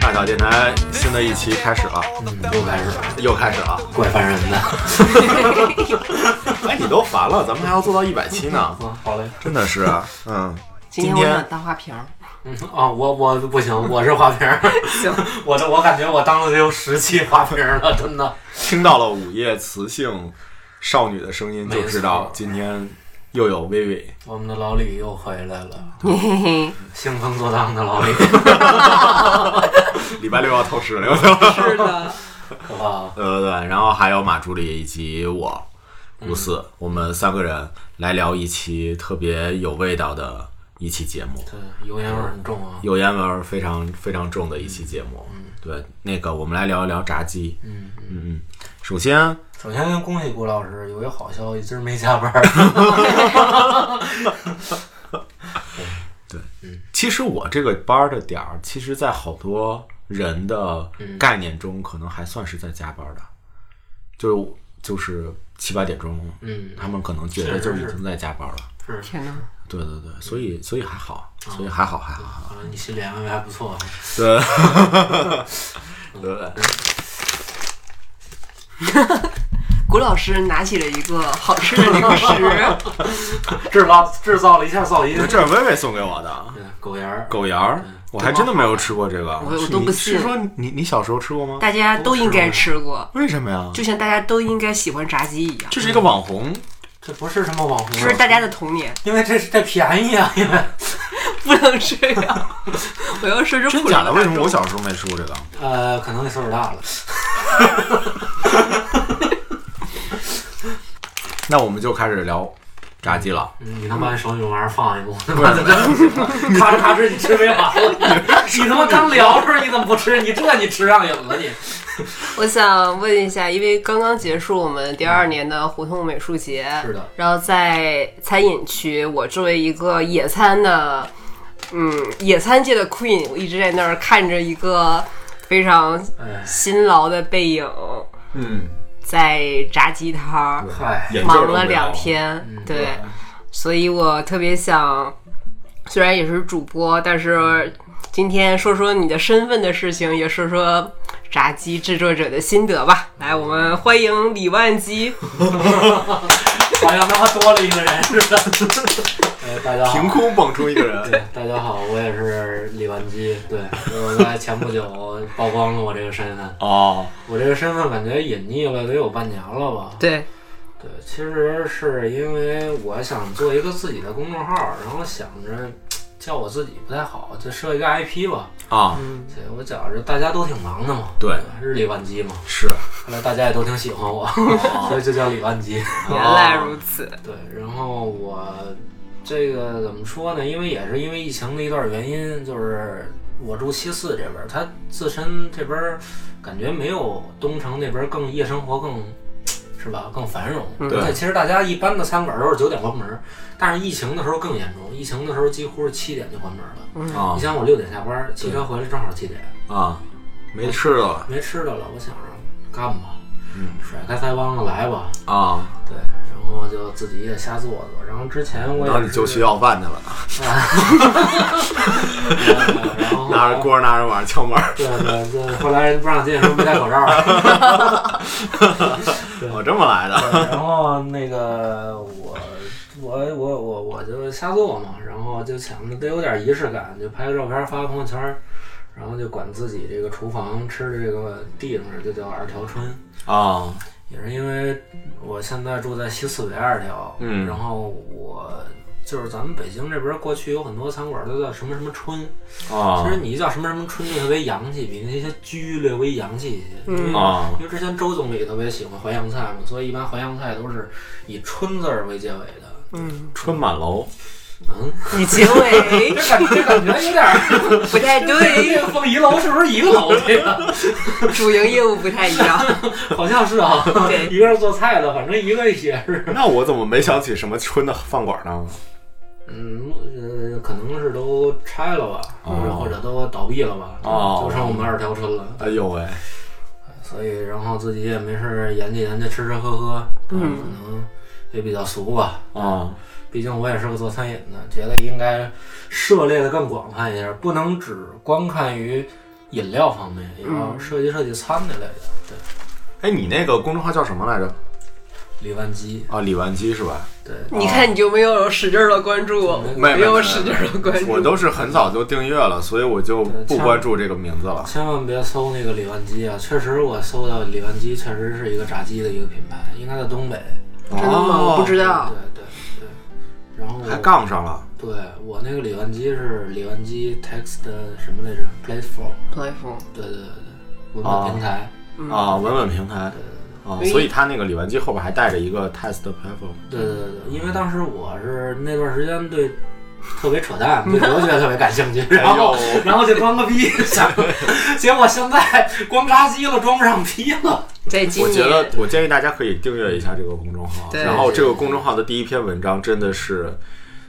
大小电台新的一期开始了，又开始了，又开始了。怪烦人的。 哎，你都烦了，咱们还要做到一百期呢，嗯，好嘞。真的是，嗯，今天我想当花瓶儿，嗯啊，我我不行，我是花瓶儿。行， 我的我感觉我当了得有十期花瓶儿了， 真的。听到了午夜磁性少女的声音，就知没道错今天又有薇薇。我们的老李又回来了，嘿嘿嘿，兴风作浪的老李。礼拜六要透视了，对是的， 哇，对对。然后还有马助理以及我吴四，我们三个人来聊一期特别有味道的一期节目。对，油烟味儿很重啊。有烟味儿非常非常重的一期节目，对，那个我们来聊一聊炸鸡，嗯，嗯嗯嗯，首先首先先恭喜顾老师，有一好消息，今儿没加班儿。其实我这个班儿的点儿，其实在好多人的嗯概念中，可能还算是在加班儿的，就就是七八点钟， 嗯，他们可能觉得是就是已是经在加班了。是。天哪，对对嗯对，所以所以还好，哦所以还好 还好。啊，你心理安慰还不错啊。对， 对对嗯对，谷老师拿起了一个好吃的零 食，制造制造了一下噪音。这是薇薇送给我的对，狗眼儿。狗牙儿，我还真的没有吃过这个。嗯我我是都你不信是说你你小时候吃过吗？大家都应该吃过，为什么呀？就像大家都应该喜欢炸鸡一样，这是一个网红，这不是什么网红，啊这是大家的童年，因为这这便宜啊，因为不能这样， 我要说这真普假罗的？大为什么众我小时候没吃过这个？呃，可能你岁数大了。那我们就开始聊炸鸡 了。你他妈手里往那儿放一 个，我他妈的咔哧咔哧，你吃没完了。你他妈刚聊着，你怎么不吃？你这你吃上瘾了你。我想问一下，因为刚刚结束我们第二年的胡同美术节，是的然后在餐饮区，我作为一个野餐的，嗯，野餐界的 queen，我一直在那儿看着一个非常哎，辛劳的背影嗯，在炸鸡摊儿嗨，眼镜儿都嗯忙不了要两。天，对，所以我特别想，虽然也是主播，但是今天说说你的身份的事情，也说说炸鸡制作者的心得吧。来，我们欢迎李万基，嗯好像他妈多了一个人 似的。哎，大家好。凭空蹦出一个人，对，大家好，我也是李万基。对，我在前不久曝光了我这个身份， 哦，我这个身份感觉隐匿了得有半年了吧？对，对，其实是因为我想做一个自己的公众号，然后想着叫我自己不太好，就设一个 IP 吧。啊，对，我觉着大家都挺忙的嘛，对，日理万机嘛，是，后来大家也都挺喜欢我， 所以就叫李万机。原来如此，对，然后我这个怎么说呢？因为也是因为疫情的一段原因，就是我住西四这边儿，它自身这边儿感觉没有东城那边儿更夜生活更。是吧？更繁荣。对而且其实大家一般的餐馆都是九点关门儿，但是疫情的时候更严重。疫情的时候几乎是七点就关门了。啊你像我六点下班儿，骑车回来正好七点。啊，没吃的了嗯没吃的了，我想着干吧，甩开腮帮子来吧，啊，对，然后就自己也瞎做做，然后之前我然后也你就去要，要饭去了， 然后拿着锅，拿着碗敲门，对对对，后来人不让进，说没戴口罩， 我哦这么来的，然后那个我我我我我就瞎做嘛，然后就想着得有点仪式感，就拍个照片发个朋友圈儿。然后就管自己这个厨房吃的这个地方就叫二条春，啊，也是因为我现在住在西四北二条，嗯然后我就是咱们北京这边儿过去有很多餐馆都叫什么什么春，啊其实你一叫什么什么春就特别洋气，比那些居略微洋气一些。因为啊因为之前周总理特别喜欢淮扬菜嘛，所以一般淮扬菜都是以春字儿为结尾的。嗯，春满楼，嗯，你 结尾这感这感觉有点儿，不太对，这个凤仪楼是不是一个楼？啊这个主营业务不太一样，好像是啊，对一个是做菜的，反正一个也是那我怎么没想起什么春的饭馆呢？嗯，呃，可能是都拆了吧，哦或者或者都倒闭了吧，哦就剩我们二条村了。哎呦喂，所以，然后自己也没事儿研究研究，吃吃喝喝，嗯，可能也比较俗吧。啊，毕竟我也是个做餐饮的，觉得应该涉猎的更广泛一点，不能只光看于饮料方面，也要设计设计餐那类的。对，哎，你那个公众号叫什么来着？李万基，啊，李万基是吧？对，你看你就没有使劲的关注我，没没有使劲的关我注。都是很早就订阅了，所以我就不关注这个名字了。千万别搜那个李万基啊！确实，我搜到李万基确实是一个炸鸡的一个品牌，应该在东北。真的吗我不知道对对对。然后还我杠上了。对我那个李万基是李万基 Text 什么来着？Platform。 Playful，对对对对，文本平台。嗯啊，文本平台啊，所以他那个李文基后边还带着一个 test platform。对对对对，因为当时我是那段时间对特别扯淡，对哲学特别感兴趣，然后然后就装个逼，想结果现在光炸鸡了，装不上逼了。在今我觉年，得，我建议大家可以订阅一下这个公众号。对然后这个公众号的第一篇文章真的是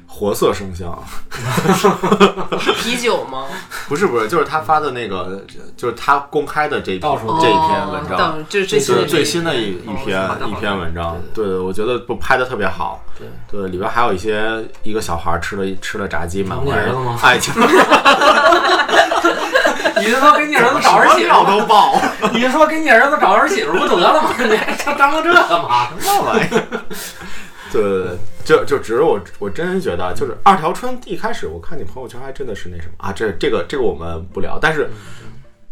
活色生香， 是啤酒吗？不是不是，就是他发的那个，就是他公开的这一到处这一篇文哦章。到这就最新是的最新的一这一哦篇好的一好的篇文章，对，我觉得不拍的特别好，对，对，里边还有一些一个小孩吃了吃了炸鸡，满你怀儿子吗爱情，你是说给你儿子找儿媳料妇？都爆，你是说给你儿子找儿媳妇不得了吗？你还张罗这干嘛？那玩意儿。 对对对，就就只是我我真是觉得，啊就是二条春一开始我看你朋友圈还真的是那什么啊，这这个这个我们不聊，但嗯是。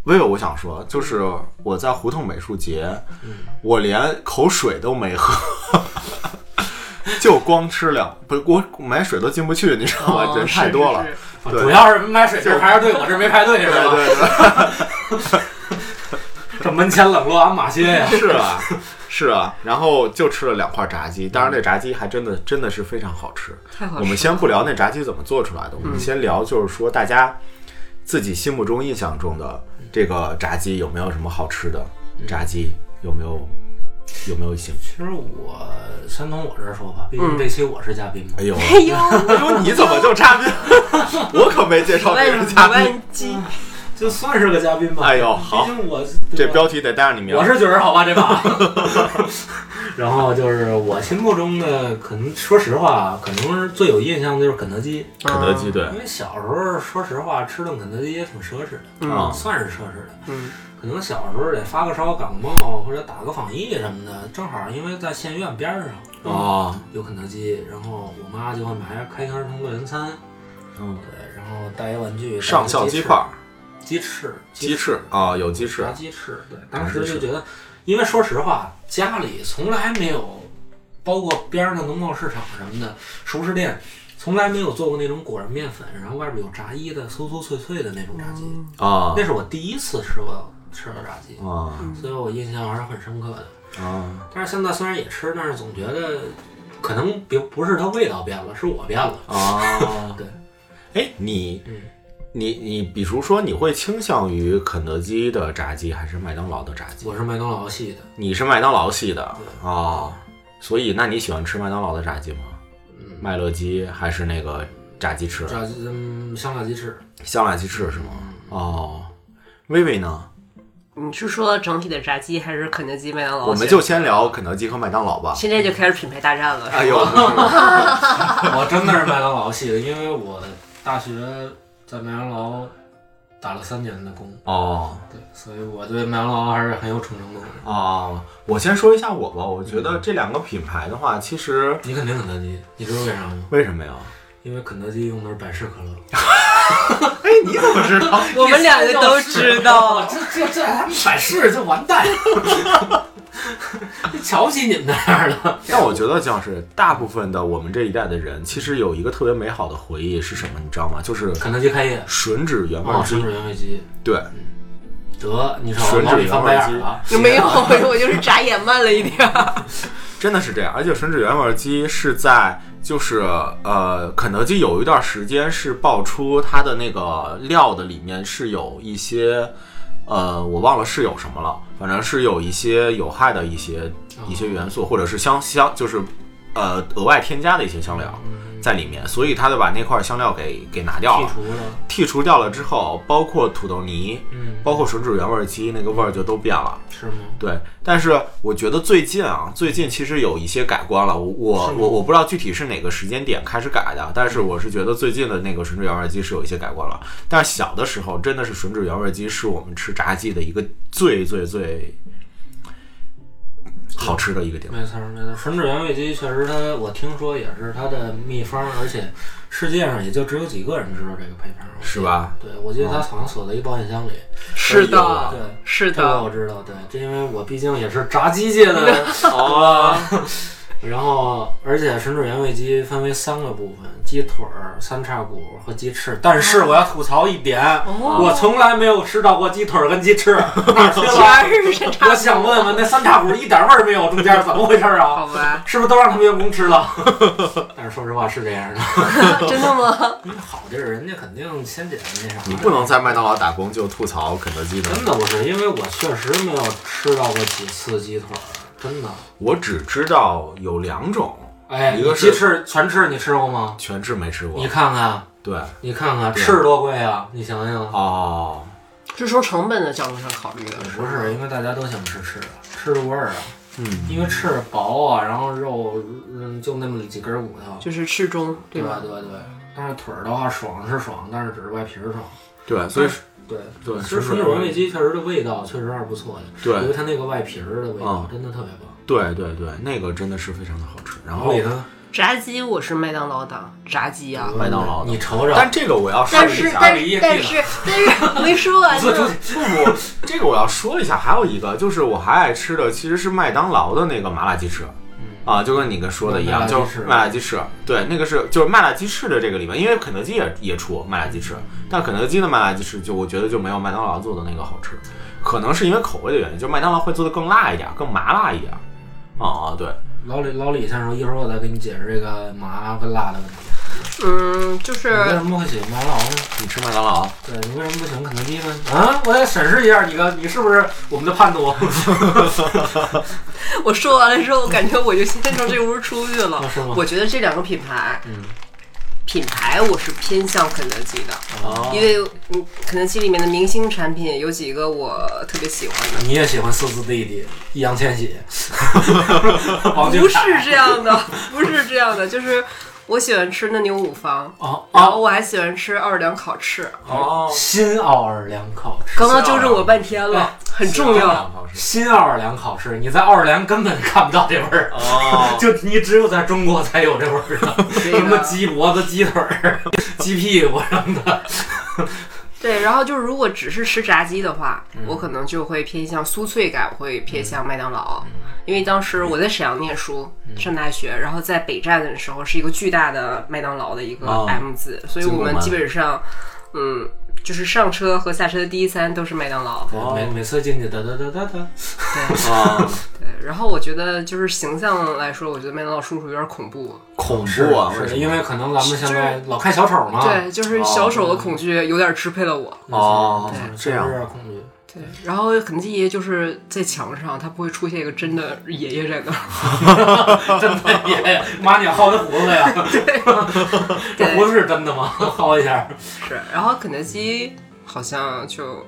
薇薇，我想说，就是我在胡同美术节，嗯我连口水都没喝， 就光吃了，不是我买水都进不去，你知道吗？哦人是太是多了。是对主要是买水这排着队，我这没排队是吧？对对这门前冷落俺马歇呀！对，是啊，是啊。然后就吃了两块炸鸡，当然那炸鸡还真的真的是非常好吃。太好我们吃嗯先不聊那炸鸡怎么做出来的，我们先聊就是说大家自己心目中印象中的这个炸鸡有没有什么好吃的嗯炸鸡，有没有有没有一些？其实我先从我这儿说吧，毕竟这期我是嘉宾嘛 哎。呦，哎呦，哎呦，你怎么就插进？ 我可没介绍这 万个嘉宾。万鸡，就算是个嘉宾吧。哎呦好毕竟我这对吧标题得带上你名我儿。是觉得好吧，这把。然后就是我心目中的，可能说实话，可能是最有印象的就是肯德基，肯德基对，嗯因为小时候说实话吃顿肯德基也挺奢侈的，嗯算是奢侈的。嗯，可能小时候得发个烧、感个冒或者打个防疫什么的，正好因为在县医院边儿上哦，有肯德基，然后我妈就会买开心儿童乐园餐，嗯，对，然后带一玩具，上校鸡鸡块儿、翅、鸡翅、鸡翅啊，有鸡翅炸，鸡翅，对，当时就觉得，因为说实话，家里从来没有，包括边上的农贸市场什么的熟食店，从来没有做过那种裹着面粉，然后外边有炸衣的，酥酥脆脆的那种炸鸡，嗯啊那是我第一次吃过吃到炸鸡，啊所以我印象还是很深刻的。啊但是现在虽然也吃，但是总觉得可能别不是它味道变了，是我变了。啊！对，哎，你嗯，你你，比如说，你会倾向于肯德基的炸鸡还是麦当劳的炸鸡？我是麦当劳系的，你是麦当劳系的哦，所以那你喜欢吃麦当劳的炸鸡吗？嗯麦乐鸡还是那个炸鸡翅？炸鸡嗯香辣鸡翅，嗯香辣鸡翅是吗？哦，薇薇呢？你是说整体的炸鸡还是肯德基、麦当劳？我们就先聊肯德基和麦当劳吧。现在就开始品牌大战了。哎 呦，哦我真的是麦当劳系的，因为我大学在麦当劳打了三年的工，哦，对，所以我对麦当劳还是很有忠诚度的。哦，我先说一下我吧。我觉得这两个品牌的话，其实你肯定肯德基，你知道为啥吗？为什么呀？因为肯德基用的是百事可乐。 哎，你怎么知道？我们两个都知道，这这这他们百事就完蛋，瞧不起你们那样的。 但我觉得就是大部分的我们这一代的人，其实有一个特别美好的回忆是什么？你知道吗？就是肯德基开业，吮指原味哦，鸡生。日原味鸡，对，得你瞅吮老指李原翻味白儿眼鸡呃儿了。啊没有，我就是眨眼慢了一点儿。真的是这样。而且吮指原味鸡是在就是呃，肯德基有一段时间是爆出它的那个料的里面是有一些。呃，我忘了是有什么了，反正是有一些有害的一些一些元素，或者是相相就是呃额外添加的一些香料在里面，所以他就把那块香料给给拿掉嗯剔了。除了，剔除掉了之后，包括土豆泥，嗯，包括吮指原味鸡，那个味儿就都变了。是吗？对，但是我觉得最近啊，最近其实有一些改观了。我我是吗我我不知道具体是哪个时间点开始改的，但是我是觉得最近的那个吮指原味鸡是有一些改观了。但是小的时候，真的是吮指原味鸡是我们吃炸鸡的一个最最最好吃的一个地方。没错儿没错儿，吮指原味鸡确实它，我听说也是它的秘方，而且世界上也就只有几个人知道这个配方，是吧？对，我记得它好像锁在一保险箱里。是有啊的，对，是这个的我，知道，对，这因为我毕竟也是炸鸡界的 哦，啊然后，而且吮指原味鸡分为三个部分：鸡腿儿、三叉骨和鸡翅。但是我要吐槽一点，我从来没有吃到过鸡腿儿跟鸡 翅，哪儿去了？全是我想问问，那三叉骨一点味儿没有，中间是怎么回事儿啊？好吧？是不是都让他们员工吃了？ 但是说实话是这样的，真的吗？好地儿人家肯定先点那啥。你不能在麦当劳打工就吐槽肯德基的，真的不是，因为我确实没有吃到过几次鸡腿儿，真的。我只知道有两种哎，一个你是鸡翅全翅你吃过吗？全翅没吃过。你看看，对，你看看对翅多贵啊！你想想，哦，是从成本的角度上考虑的，不是，因为大家都想吃翅啊，翅的味儿啊，嗯，因为翅薄啊，然后肉嗯就那么几根骨头，就是适中，对对吧？吧？对对。但是腿儿的话，爽是爽，但是只是外皮儿爽。对，所以嗯对，对，其实是水煮原味鸡确实的味道确实还是不错的，因为对它那个外皮儿的味道嗯真的特别棒。对对对，那个真的是非常的好吃。然后你，呢？炸鸡我是麦当劳党，炸鸡啊。麦当劳的你瞅瞅，但这个我要说 但一是下，但里是也但闭是但是没说 完不呢。不不，这个我要说一下。还有一个就是我还爱吃的，其实是麦当劳的那个麻辣鸡翅嗯，啊，就跟你跟说的一麦样，辣鸡就是翅麦辣鸡翅。对，那个是就是麦辣鸡翅的这个里面，因为肯德基也也出麦辣鸡翅，但肯德基的麦辣鸡翅就我觉得就没有麦当劳做的那个好吃，可能是因为口味的原因，就麦当劳会做的更辣一点，更麻辣一点。啊啊，对，老李老李先生，一会儿我再给你解释这个麻跟辣的问题。嗯，就你为是什么会喜欢麦当劳呢？你吃麦当劳，对你为什么不喜欢肯德基呢？啊，我得审视一下你个，你是不是我们的叛徒？ 我说完了之后，感觉我就先从这屋出去 了。是吗？我觉得这两个品牌，嗯品牌我是偏向肯德基的，哦因为嗯，肯德基里面的明星产品有几个我特别喜欢的。你也喜欢四字弟弟易烊千玺， 王俊不是凯这样的，不是这样的，就是我喜欢吃嫩牛五方，哦然哦后我还喜欢吃奥尔良烤翅。哦新奥尔良烤翅，刚刚纠正我半天了，哎很重要。啊好吃新奥尔良烤翅，你在奥尔良根本看不到这味儿，啊哦， 就你只有在中国才有这味 儿啊，什么鸡脖子、鸡腿儿、 鸡屁股什么的。对，然后就是如果只是吃炸鸡的话，嗯我可能就会偏向酥脆感，我会偏向麦当劳，嗯因为当时我在沈阳念书，上大学，然后在北站的时候是一个巨大的麦当劳的一个哦 M 字，所以进我贡们吗基本上，嗯，就是上车和下车的第一餐都是麦当劳。哦每每次进去哒哒哒哒哒，哦，对，然后我觉得就是形象来说，我觉得麦当劳叔叔有点恐怖，恐是怖啊！为是什的，么因为可能咱们现在老看小丑啊嘛，对，就是小丑的恐惧有点支配了我。哦对这样有点恐惧。 嗯对，然后肯德基就是在墙上，它不会出现一个真的爷爷在那儿。真的耶！ 妈，你薅的胡子 呀？ 这胡子是真的吗？薅一下。是，然后肯德基好像就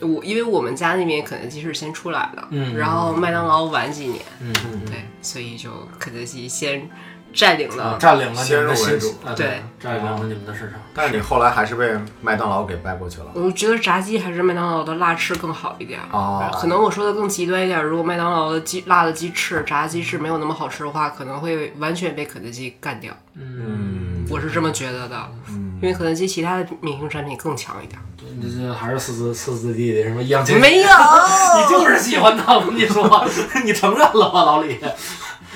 我，因为我们家那边肯德基是先出来的，嗯然后麦当劳晚几年，嗯，对，所以就肯德基先占领了。占领了你们的嗯先入为市主场，啊对，占领了你们的市场。但是你后来还是被麦当劳给掰过去了。我觉得炸鸡还是麦当劳的辣翅更好一点。哦可能我说的更极端一点，如果麦当劳的鸡辣的鸡翅、炸鸡翅没有那么好吃的话，可能会完全被肯德基干掉。嗯，我是这么觉得的，嗯因为肯德基其他的明星产品更强一点。你这还是四字四字弟弟什么易烊千玺？没 有，你就是喜欢他，我跟你 说，你承认了吧，老李？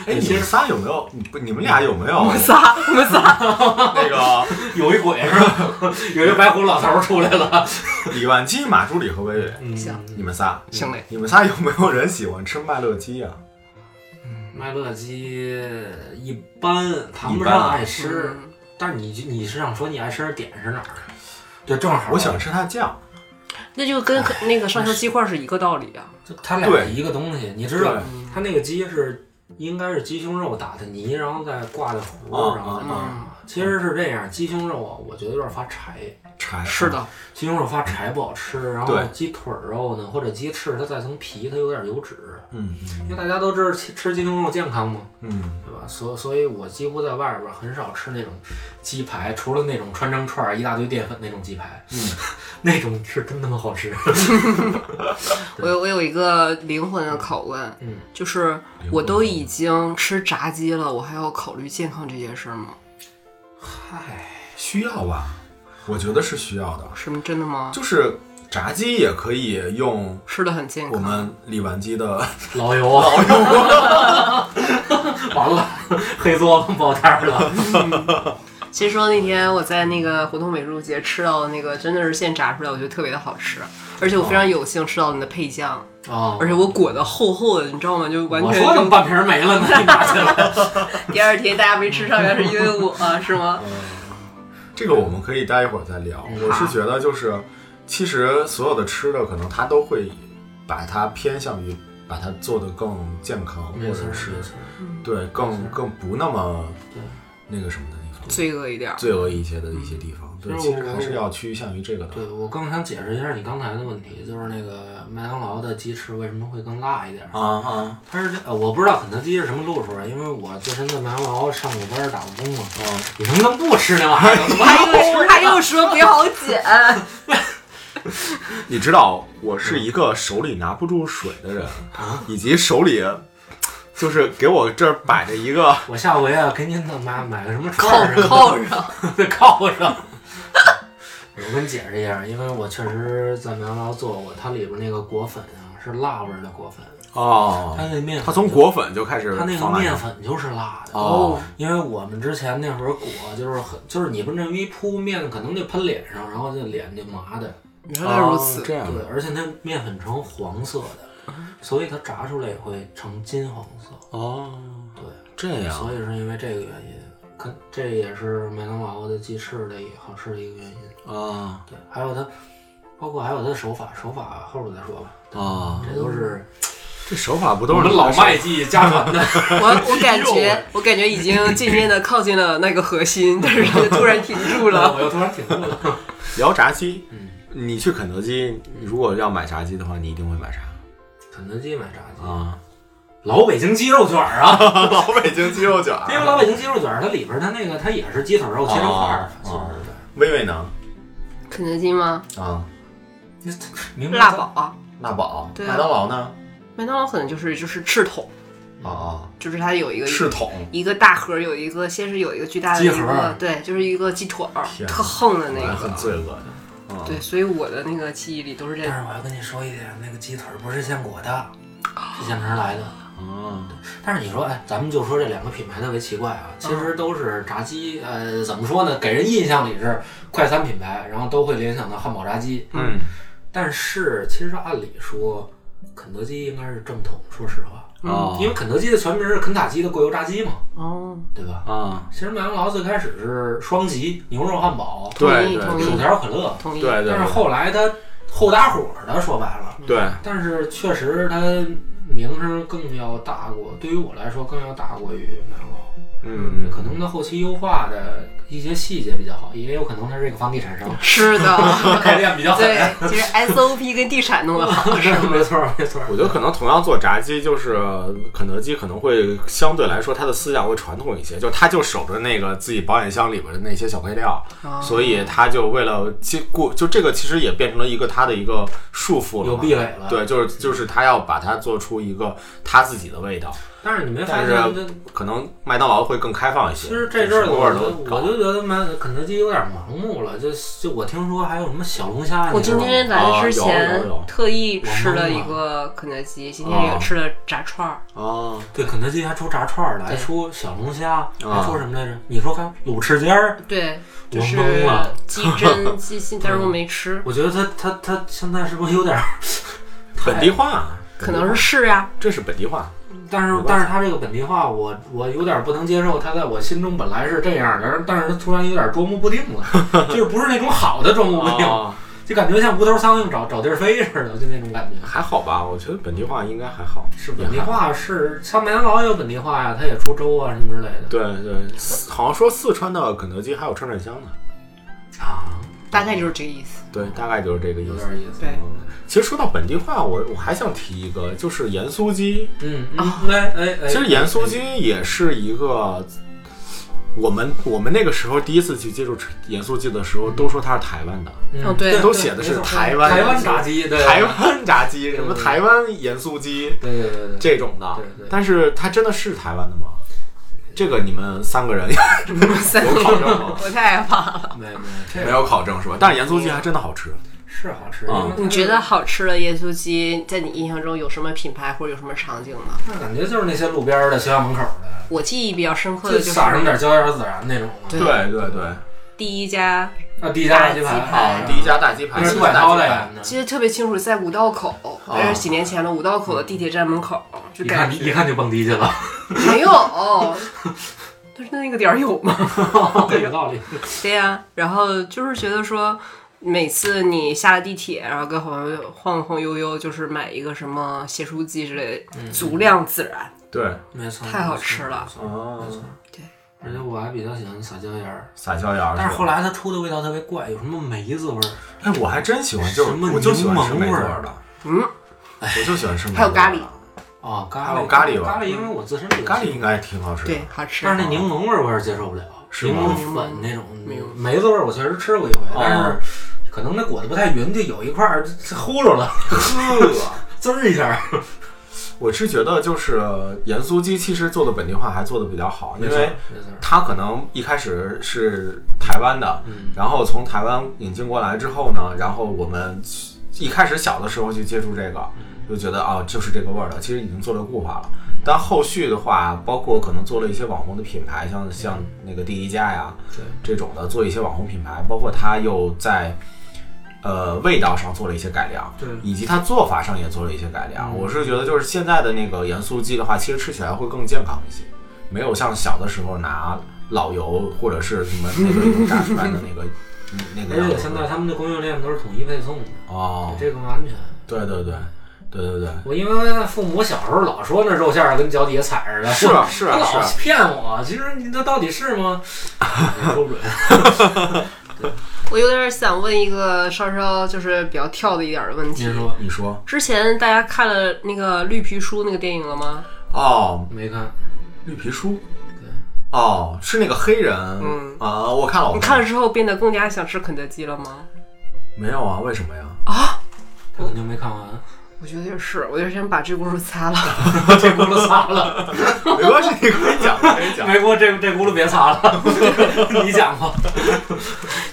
哎，你们仨有没有？你不，你们俩有没有仨，我们仨 那个 有一鬼是吧？ 有一白胡老头出来了。李万基、马助理和薇薇？行你们仨，行嘞，你们仨有没有人喜欢吃麦乐鸡啊呀？麦乐鸡一般谈不一般上啊爱吃，嗯但是你你是想说你爱吃的点是哪儿？啊对，正好我想吃它酱。那就跟那个上车鸡块是一个道理啊。就它俩对一个东西，你知道对它那个鸡是应该是鸡胸肉打的泥，然后再挂在糊，啊然嗯后再啊弄上。其实是这样，鸡胸肉啊，我觉得有点发柴。柴是的，鸡胸肉发柴不好吃，然后对鸡腿肉呢，或者鸡翅，它再层皮，它有点油脂。嗯因为大家都知道吃吃鸡胸肉健康嘛，嗯，对吧？所所以，我几乎在外边很少吃那种鸡排，除了那种穿成串儿一大堆淀粉那种鸡排，嗯那种是真他妈好吃。我有我有一个灵魂的拷问，嗯，就是我都已经吃炸鸡了，我还要考虑健康这件事吗？嗨，需要吧？我觉得是需要的，是吗？真的吗？就是炸鸡也可以用吃的很健我康，们李完基的 老油，老油，啊完了，黑作坊爆摊儿了。嗯其实说那天我在那个胡同美术节吃到的那个真的是现炸出来，我觉得特别的好吃，而且我非常有幸吃到你的配酱，哦而，且我裹的厚厚的，你知道吗？就完我全说怎么就半瓶儿没了呢？你拿去了。第二天大家没吃上，原来是因为我、是吗？哦这个我们可以待一会儿再聊。我是觉得就是，其实所有的吃的可能它都会把它偏向于把它做得更健康，或没错者没是错，对更更不那么对那个什么的地方，罪恶一点儿，罪恶一些的一些地方。对，就是其实我还是要趋向于这个的。对，我更想解释一下你刚才的问题，就是那个麦当劳的鸡翅为什么会更辣一点儿？啊啊它是这，呃我不知道肯德基是什么路数啊，因为我自身在麦当劳上过班儿打过工嘛，啊！你能不能不吃那玩意儿？他 又他又说别好减，你知道我是一个手里拿不住水的人，以及手里就是给我这儿摆着一个我下回啊，给您那买买个什么扣串儿什么扣上，的 扣上。我跟你解释一下，因为我确实在麦当劳做过，它里边那个果粉啊是辣味儿的果粉，哦它那面他从果果粉就开始它那放辣个椒面粉就是辣的哦，因为我们之前那会儿裹就是很，就是你不这么一铺面，可能就喷脸上，然后这脸就麻的。原来如哦此，这样对，而且那面粉呈黄色的，所以它炸出来也会呈金黄色。哦，对，这样所以是因为这个原因，可这也是麦当劳的鸡翅的也好吃的一个原因。啊对，还有它，包括还有它的手法，手法后边再说吧。啊，这都是这手法不都我是们老麦记家传 的。我 我感啊觉我感觉已经渐渐的靠近了那个核 心，但是突然停住了。我又突然停住了。聊炸鸡？嗯，你去肯德基，如果要买炸鸡的话，你一定会买啥肯德基买炸鸡，啊？老北京鸡肉卷儿啊。老北京鸡肉卷儿因为老北京鸡肉卷儿，它里边儿它那个它也是鸡腿肉切成块儿的，哦就是哦微微呢？肯德基吗？啊，你明白辣宝啊，辣宝，对啊麦当劳呢？麦当劳可能就是就是赤桶，啊啊，就是它有一个赤桶，一个大盒，有一个先是有一个巨大的鸡一盒个，对，就是一个鸡腿儿，天啊特横的那还很个。罪恶的。啊对，，所以我的那个记忆里都是这但样。是我要跟你说一点，那个鸡腿儿不是现裹的，是现成来的。啊，但是你说，哎，咱们就说这两个品牌特别奇怪啊，其实都是炸鸡，呃，怎么说呢？给人印象里是快餐品牌，然后都会联想到汉堡、炸鸡。嗯，但是其实按理说，肯德基应该是正统，说实话，嗯哦嗯因为肯德基的全名是肯塔基的过油炸鸡嘛，哦，对吧？啊，其实麦当劳最开始是双极牛肉汉堡、同对意对同薯意条、可乐，同意。对对但是后来他后搭伙的，说白了，对，但是确实他名声更要大过，对于我来说更要大过于麦当劳。嗯可能他后期优化的一些细节比较好，也有可能他是一个房地产商，是的， 开店比较狠。对，其实 SOP 跟地产弄得 好，是吗？没错没错。我觉得可能同样做炸鸡，就是肯德基可能会相对来说它的思想会传统一些，就他就守着那个自己保险箱里边的那些小配料，哦所以他就为了其故就这个其实也变成了一个他的一个束缚了有嘛，壁垒了，对，。就是就是他要把它做出一个他自己的味道，但是你没发但是现，这可能麦当劳会更开放一些。其实这阵就儿是我味儿就都我就觉得麦肯德基有点盲目了，就就我听说还有什么小龙虾，我你知道啊今吗天来之哦有前有有特意吃了一个肯德基，今啊天也吃了炸串儿。哦，对肯德基还出炸串儿了，还对出小龙虾，还啊出什么来着？你说看有翅尖儿，对，就我是懵了鸡 胗鸡心，但是我没吃，我觉得他他他现在是不是有点儿 本地化，可能是是呀。这是本地化，但是有吧但是他这个本地化，我我有点儿不能接受。他在我心中本 来是这样的，但是他突然有点捉摸不定了，就是不是那种好的捉摸不定，哦就感觉像无头苍蝇找找地儿飞似的，就那种感觉。 还好吧？我觉得本地化应该还好，是本地化是像麦当劳也有本地化呀，它也出粥啊什么之类的对对，四好像说四川的肯德基还有串串香呢。啊，大概就是这个意 思。对，大概就是这个意有思。点意思。对其实说到本地化，我我还想提一个，就是盐酥鸡。嗯嗯，哎哎哎，其实盐酥鸡也是一个，我们我们那个时候第一次去接触吃盐酥鸡的时候，都说它是台湾的，嗯哦对都写的是没错台湾台湾炸鸡，对台，湾炸鸡，对什么对台湾盐酥鸡对对对对，这种的对对。但是它真的是台湾的吗？这个你们三个人三有考证 吗？我太害怕了。没有没有，这没有考证是吧？但是盐酥鸡还真的好吃。是好吃。嗯因为它你觉得好吃的盐酥鸡，在你印象中有什么品牌或者有什么场景吗？那感觉就是那些路边儿的学校门口的，我记忆比较深刻的就就是撒上点椒盐孜然那种嘛。对对对，第一家，啊，第一家鸡大鸡排排，第一家大啊鸡排，那是西杜单海大涛鸡的排。呀。记得特别清楚，在五道口，那是几年前了。五道口的地铁站门口，就一感啊看觉一看就蹦迪 去了，没有， 但是那个点儿有吗？有道理。对呀、然后就是觉得说，每次你下了地铁，然后跟晃悠晃晃悠悠，就是买一个什么咸酥鸡之类的，足量自然。对， 没错，太好吃了没错。哦没错对，而且我还比较喜欢撒椒盐儿，撒椒盐儿。但是后来，来它出的味道特别怪，有什么梅子味儿，哎，我还真喜欢，就是什么我就喜欢吃柠檬梅味子儿味儿的，嗯，我就喜欢吃梅子味儿的。还有咖喱哦，还咖有喱，咖喱味儿咖喱，因为我自身比较咖喜喱欢，应该挺好吃的。对，好吃。但是那柠檬味儿我是接受不了，是柠吗檬粉那种没有梅子味儿，我确实吃过一回，但哦是可能那裹得不太匀，就有一块儿呼噜了， 滋一下。 我是觉得就是盐酥鸡其实做的本地化还做的比较好，因为没错，它可能一开始是台湾的，嗯，然后从台湾引进过来之后呢，然后我们一开始小的时候去接触这个，嗯就觉得啊就是这个味儿的，其实已经做了固化了。但后续的话，包括可能做了一些网红的品牌，像像那个第一家呀对，这种的，做一些网红品牌，包括它又在呃味道上做了一些改良，对以及它做法上也做了一些改良。嗯我是觉得就是现在的那个盐酥鸡的话，其实吃起来会更健康一些，没有像小的时候拿老油或者是什么那个油炸出来的那 个嗯那个而样且子现在他们的供应链都是统一配送的，哦，这更安全。对对对对对对，我因为父母小时候老说那肉馅儿跟脚底下踩似的，是啊是他啊是老啊，骗我，其实你这到底是 吗？也说不准。我有点想问一个稍稍就是比较跳的一点儿的问题。您说你说之前大家看了那个《绿皮书》那个电影了吗？哦，没看？绿皮书。哦，是那个黑人，嗯啊、我看了，我你看了之后变得更加想吃肯德基了吗？没有啊？为什么呀？他肯定没看完， 我觉得也是，我就先把这轱辘 擦了。这轱辘擦 了。没关系，你可以讲，可以讲。没过这这轱辘别擦 了，你讲吧。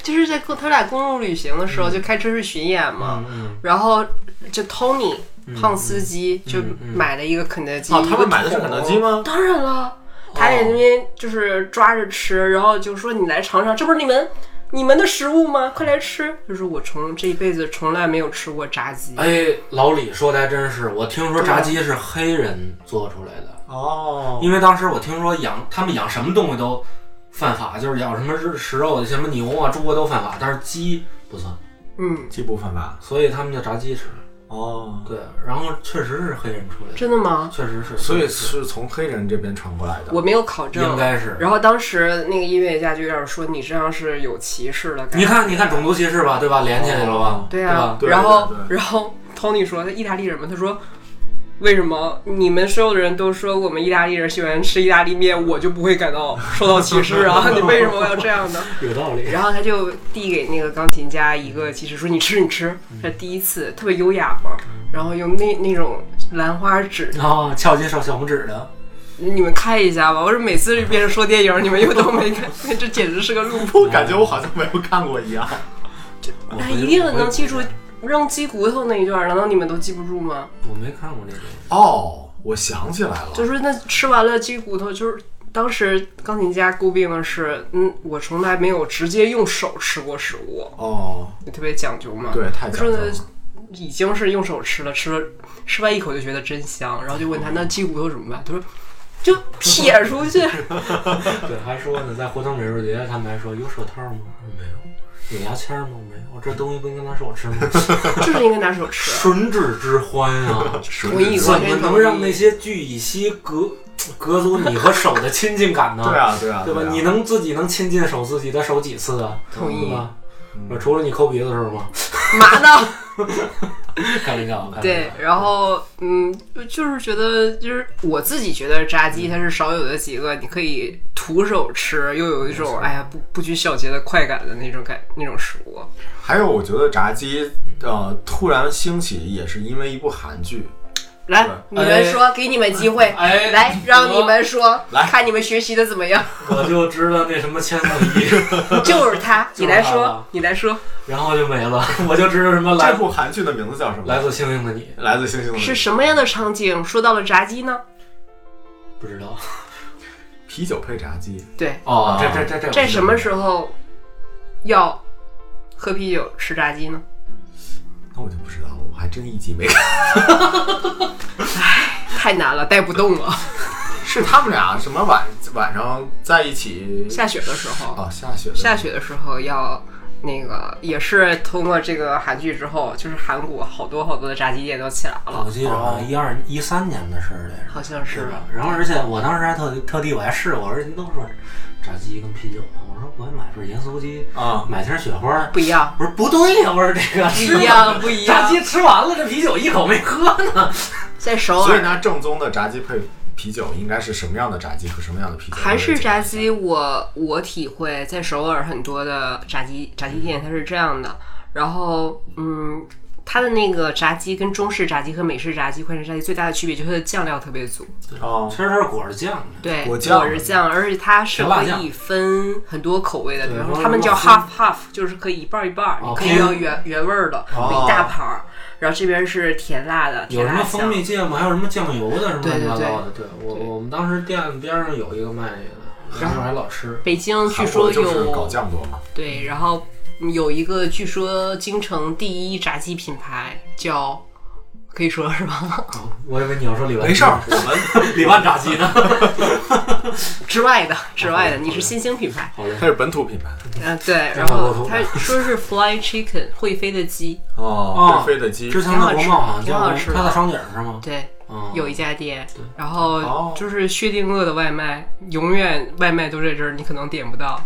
就是在公他俩公路旅行的时候，就开车去巡演嘛，嗯然后就 Tony 嗯胖司机就买了一个肯德基，哦，他们买的是肯德基吗？当然了，他在那边就是抓着吃，然后就说你来尝尝，这不是你们你们的食物吗？快来吃！就是我从这一辈子从来没有吃过炸鸡，哎，老李说的还真是，我听说啊炸鸡是黑人做出来的，哦，因为当时我听说养他们养什么动物都犯法，就是养什么日食肉的，什么牛啊、猪啊都犯法，但是鸡不算，嗯，鸡不犯法。所以他们叫炸鸡吃。哦，对，然后确实是黑人出来的，真的吗？确实是，所以是是从黑人这边传过来的。我没有考证，应该是。然后当时那个音乐家就有点说你这样是有歧视的感觉。你看，你看种族歧视吧，对吧？连起来了吧？对啊，对吧然后对对对然后 Tony 说他意大利人嘛，他说为什么你们所有的人都说我们意大利人喜欢吃意大利面，我就不会感到受到歧视 啊？你为什么要这样呢？有道理。然后他就递给那个钢琴家一个鸡翅，说你吃你吃，这第一次特别优雅嘛，嗯然后用那那种兰花指，啊，翘起手小拇指的，你们看一下吧。我说每次别人说电影，你们又都没看， 这简直是个路我感觉我好像没有看过一样。我那回去哎一定我回去能记住扔鸡骨头那一段，难道你们都记不住吗？我没看过那个， 哦，我想起来了，就是那吃完了鸡骨头，就是当时钢琴家诟病的是，嗯，我从来没有直接用手吃过食物，哦，你特别讲究嘛。对，太他讲说究的了。已经是用手吃了，吃了吃完一口就觉得真香，然后就问他那鸡骨头怎么办？他说。就撇出去，对，还说呢，在胡同美术节，他们还说有手套吗？没有，有牙签吗？没有，我这东西不应该拿手 吃吗？ 就是应该拿手吃。唇齿之欢啊！同意，怎我么真能同意让那些聚乙烯隔隔阻你和手的亲近感呢？对啊，对啊，对吧？啊嗯你能自己能亲近手自己的手几次啊？同对意吧？我除了你抠鼻子的时候吗？麻呢？开玩笑，开玩笑对，然后嗯，就是觉得就是我自己觉得炸鸡它是少有的几个你可以徒手吃，又有一种哎呀不不拘小节的快感的那种感那种食物。还有，我觉得炸鸡呃突然兴起也是因为一部韩剧。来对，你们说，给你们机会，哎来让你们说，来看你们学习的怎么样。 我就知道那什么签字仪，就是他，就你是来他说吧，你来说，然后就没了。我就知道什么这来部韩剧的名字叫什么？来自星星的你，来自星星的是你什么样的场景说到了炸鸡呢？不知道啤酒配炸鸡，对，哦，这这这这这什么时候要喝啤酒吃炸鸡呢？那我就不知道了，我还真一集没看。太难了，带不动了。是他们俩什么晚晚上在一起下雪的时候，哦，下雪的下雪的时候要那个，也是通过这个韩剧之后，就是韩国好多好多的炸鸡店都起来了我，记得好像一二一三年的事儿来着。好像是嗯是吧？然后而且我当时还特地特地我还试，我说人都说炸鸡跟啤酒嘛，我说我买份盐酥鸡，啊，买瓶雪花。不一样，我说不对呀、我说这个不是 一 样，不一炸样。鸡吃完了，这啤酒一口没 喝呢。在首所以尔人家正宗的炸鸡配啤酒应该是什么样的炸鸡和什么样的啤酒？韩式炸鸡我，我体会在首尔很多的炸鸡炸鸡店，它是这样的。然后，嗯，它的那个炸鸡跟中式炸鸡和美式炸鸡、快式炸鸡最大的区别就是它的酱料特别足，哦其，实它是裹着酱的，对，果酱果汁酱，而且它是甜辣可酱以分很多口味的，比对如然后说他们叫如果 half half，就是可以一半儿一半儿，哦你可以要原原味儿的，哦一大盘儿。然后这边是甜辣的，有甜什辣么蜂酱，蜜芥末，还有什么酱油的，什么乱对对七八糟的。对我我们当时店边上有一个卖这个的，那时候还老吃。北京据韩说国有就是搞酱多嘛，对，然后嗯有一个据说京城第一炸鸡品牌叫，可以说是吧？哦我以为你要说李万， 没事儿，我们 李万炸 鸡呢？之外的，之外的，哦好的你是新兴品牌。好嘞它是本土品牌嗯，对。然好的后好的他说是 Fly Chicken 会飞的鸡，哦会飞的鸡之前的国贸好像挺好叫吃的它在双井是吗？对，嗯，有一家店对。然哦后就是薛定谔的外卖，永远外卖都在这儿，你可能点 不到。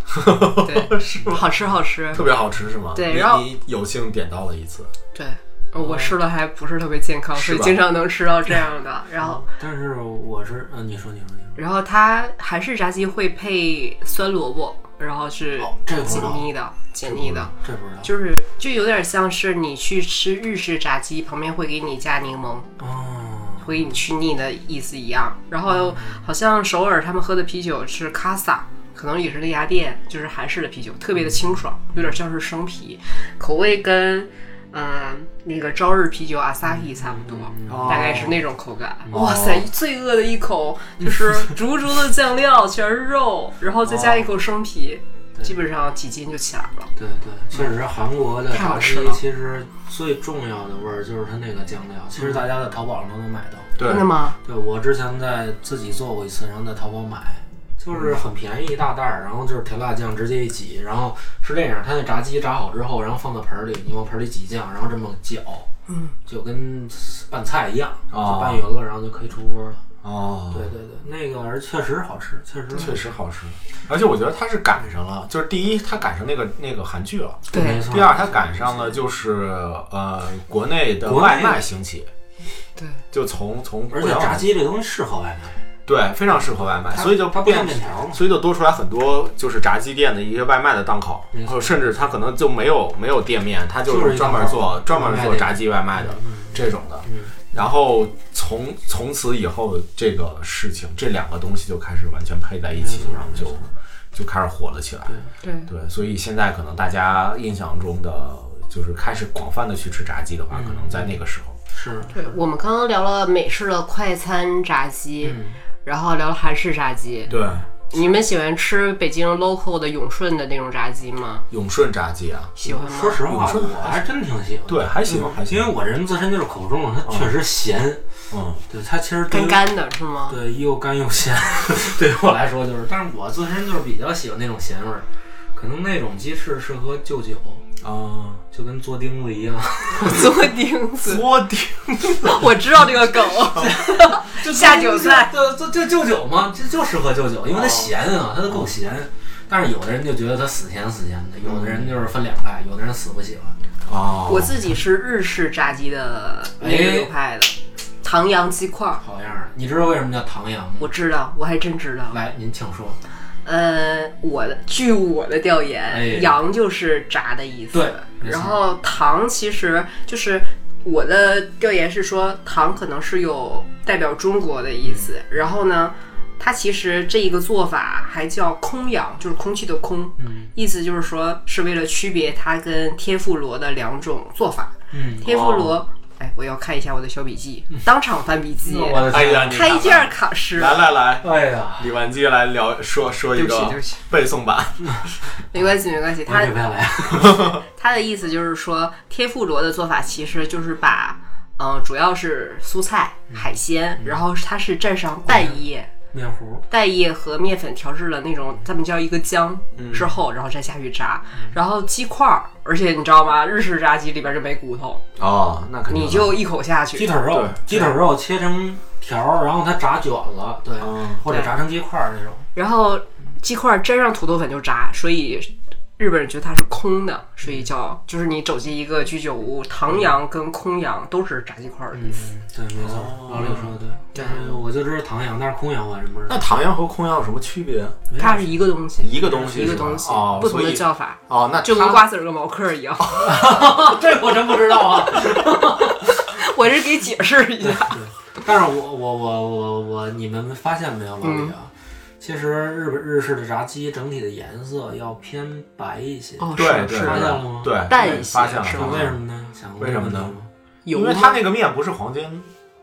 对，好吃好吃。特别好吃是吗？对你然后你有幸点到了一次，对。我吃的还不是特别健康，是所以吧经常能吃到这 样的。然后但是我是，嗯、你说你说你说，然后它韩式炸鸡会配酸萝卜，然后是哦这个不知解道腻的，解腻的，这不知道。就是就有点像是你去吃日式炸鸡，旁边会给你加柠檬，哦，会给你去腻的意思一样。然后好像首尔他们喝的啤酒是卡萨。可能也是那家店，就是韩式的啤酒，特别的清爽，有点像是生啤，口味跟嗯、那个朝日啤酒 Asahi 差不多。大概是那种口感。哇塞，罪恶的一口就是足足的酱料，全是肉，然后再加一口生皮，基本上几斤就起来了。对对，确实韩国的太好炸鸡吃了其实最重要的味儿就是它那个酱料，其实大家在淘宝上都能买到。对吗？对我之前在自己做过一次，然后在淘宝买，就是很便宜一大袋儿，然后就是甜辣酱直接一挤，然后是这样，它那炸鸡炸好之后，然后放到盆儿里，你往盆儿里挤酱，然后这么搅，嗯，就跟拌菜一样，哦就拌匀了，然后就可以出锅了。哦，对对对，那个而确实好吃，确实确实好吃，而且我觉得它是赶上了，就是第一它赶上那个那个韩剧了，没对错第二它赶上了就是呃国内的国内外卖兴起，对，就从从而且炸鸡这东西适合外卖，对非常适合外卖，所以就它不像变面条嘛。所以就多出来很多就是炸鸡店的一些外卖的档口没，错或者甚至它可能就没有没有店面，它就是是一专门档口做专门做炸鸡外卖的嗯这种的。嗯，然后从从此以后，这个事情这两个东西就开始完全配在一起没，错然后就没错就开始火了起来。对对，所以现在可能大家印象中的就是开始广泛的去吃炸鸡的话，嗯可能在那个时候。是，对，我们刚刚聊了美式的快餐炸鸡，嗯，然后聊了韩式炸鸡。对，你们喜欢吃北京 local 的永顺的那种炸鸡吗？永顺炸鸡啊，喜欢吗说？实话，你说我还真挺喜欢。对，还行嗯还行，因为我人自身就是口重，它确实咸，嗯，对它其实对干于，干的是吗？ 对又干又咸，对于我来说就是，但是我自身就是比较喜欢那种咸味儿。可能那种鸡翅适合就酒，啊，就跟做钉子一 样。做 钉子，锅底我知道这个梗。就下酒菜，就就就就酒嘛，就就适合就酒，因为它哦咸啊，它够咸。但是有的人就觉得它死咸死咸的，有的人就是分两派，有的人死不喜欢。哦我自己是日式炸鸡的那个流派的，唐扬鸡块儿。好样儿，你知道为什么叫唐扬吗？我知道，我还真知道。来，您请说。呃，我的据我的调研，哎羊就是炸的意思。对没错嗯然后糖其实就是我的调研是说，糖可能是有代表中国的意嗯思。然后呢，它其实这一个做法还叫空羊，就是空气的空，嗯意思就是说是为了区别它跟天妇罗的两种做法。哦嗯，天妇罗，哎，我要看一下我的小笔 记，当场翻笔记，我的哎天呀，你开看卷儿卡诗。来来来，哎呀，李万基来聊说说一对不起对个不起背诵版，没关系，没关系，我它也不下来。他的意思就是说，天妇罗的做法其实就是把，嗯、主要是蔬菜、嗯海鲜，然后它是蘸上蛋液、面糊，蛋液和面粉调制的那种，他们叫一个浆嗯之后，然后再下去炸。然后鸡块儿，而且你知道吗？日式炸鸡里边就没骨头，哦，那肯定你就一口下嗯鸡去。腿肉，对鸡腿肉切成条儿，然后它炸卷了，对，嗯或者炸成鸡块儿那种。然后鸡块儿沾上土豆粉就炸，所以。日本人觉得它是空的，所嗯以叫就是你走进一个居酒屋，唐扬跟空扬都是炸鸡块儿的意思。嗯，对，没错，哦老李说的对。但是我就知道唐扬，但是空啊扬我还真不知道那。唐扬和空扬有什么区别？它是一个东西，一个东西一个是吧东西，哦不同所的以叫法，哦，那就跟它哦瓜子儿跟毛嗑儿一样。这我真不知道 啊。 我是给解释一下，但是我我我我我，你们发现没有，老李嗯啊？其实日本日式的炸鸡整体的颜色要偏白一些，哦，对对是发现的，了吗？，对淡对一些发现了是是吗发为现什了么呢？想过为什么这个呢问题吗？因油为它吗那个面不是黄金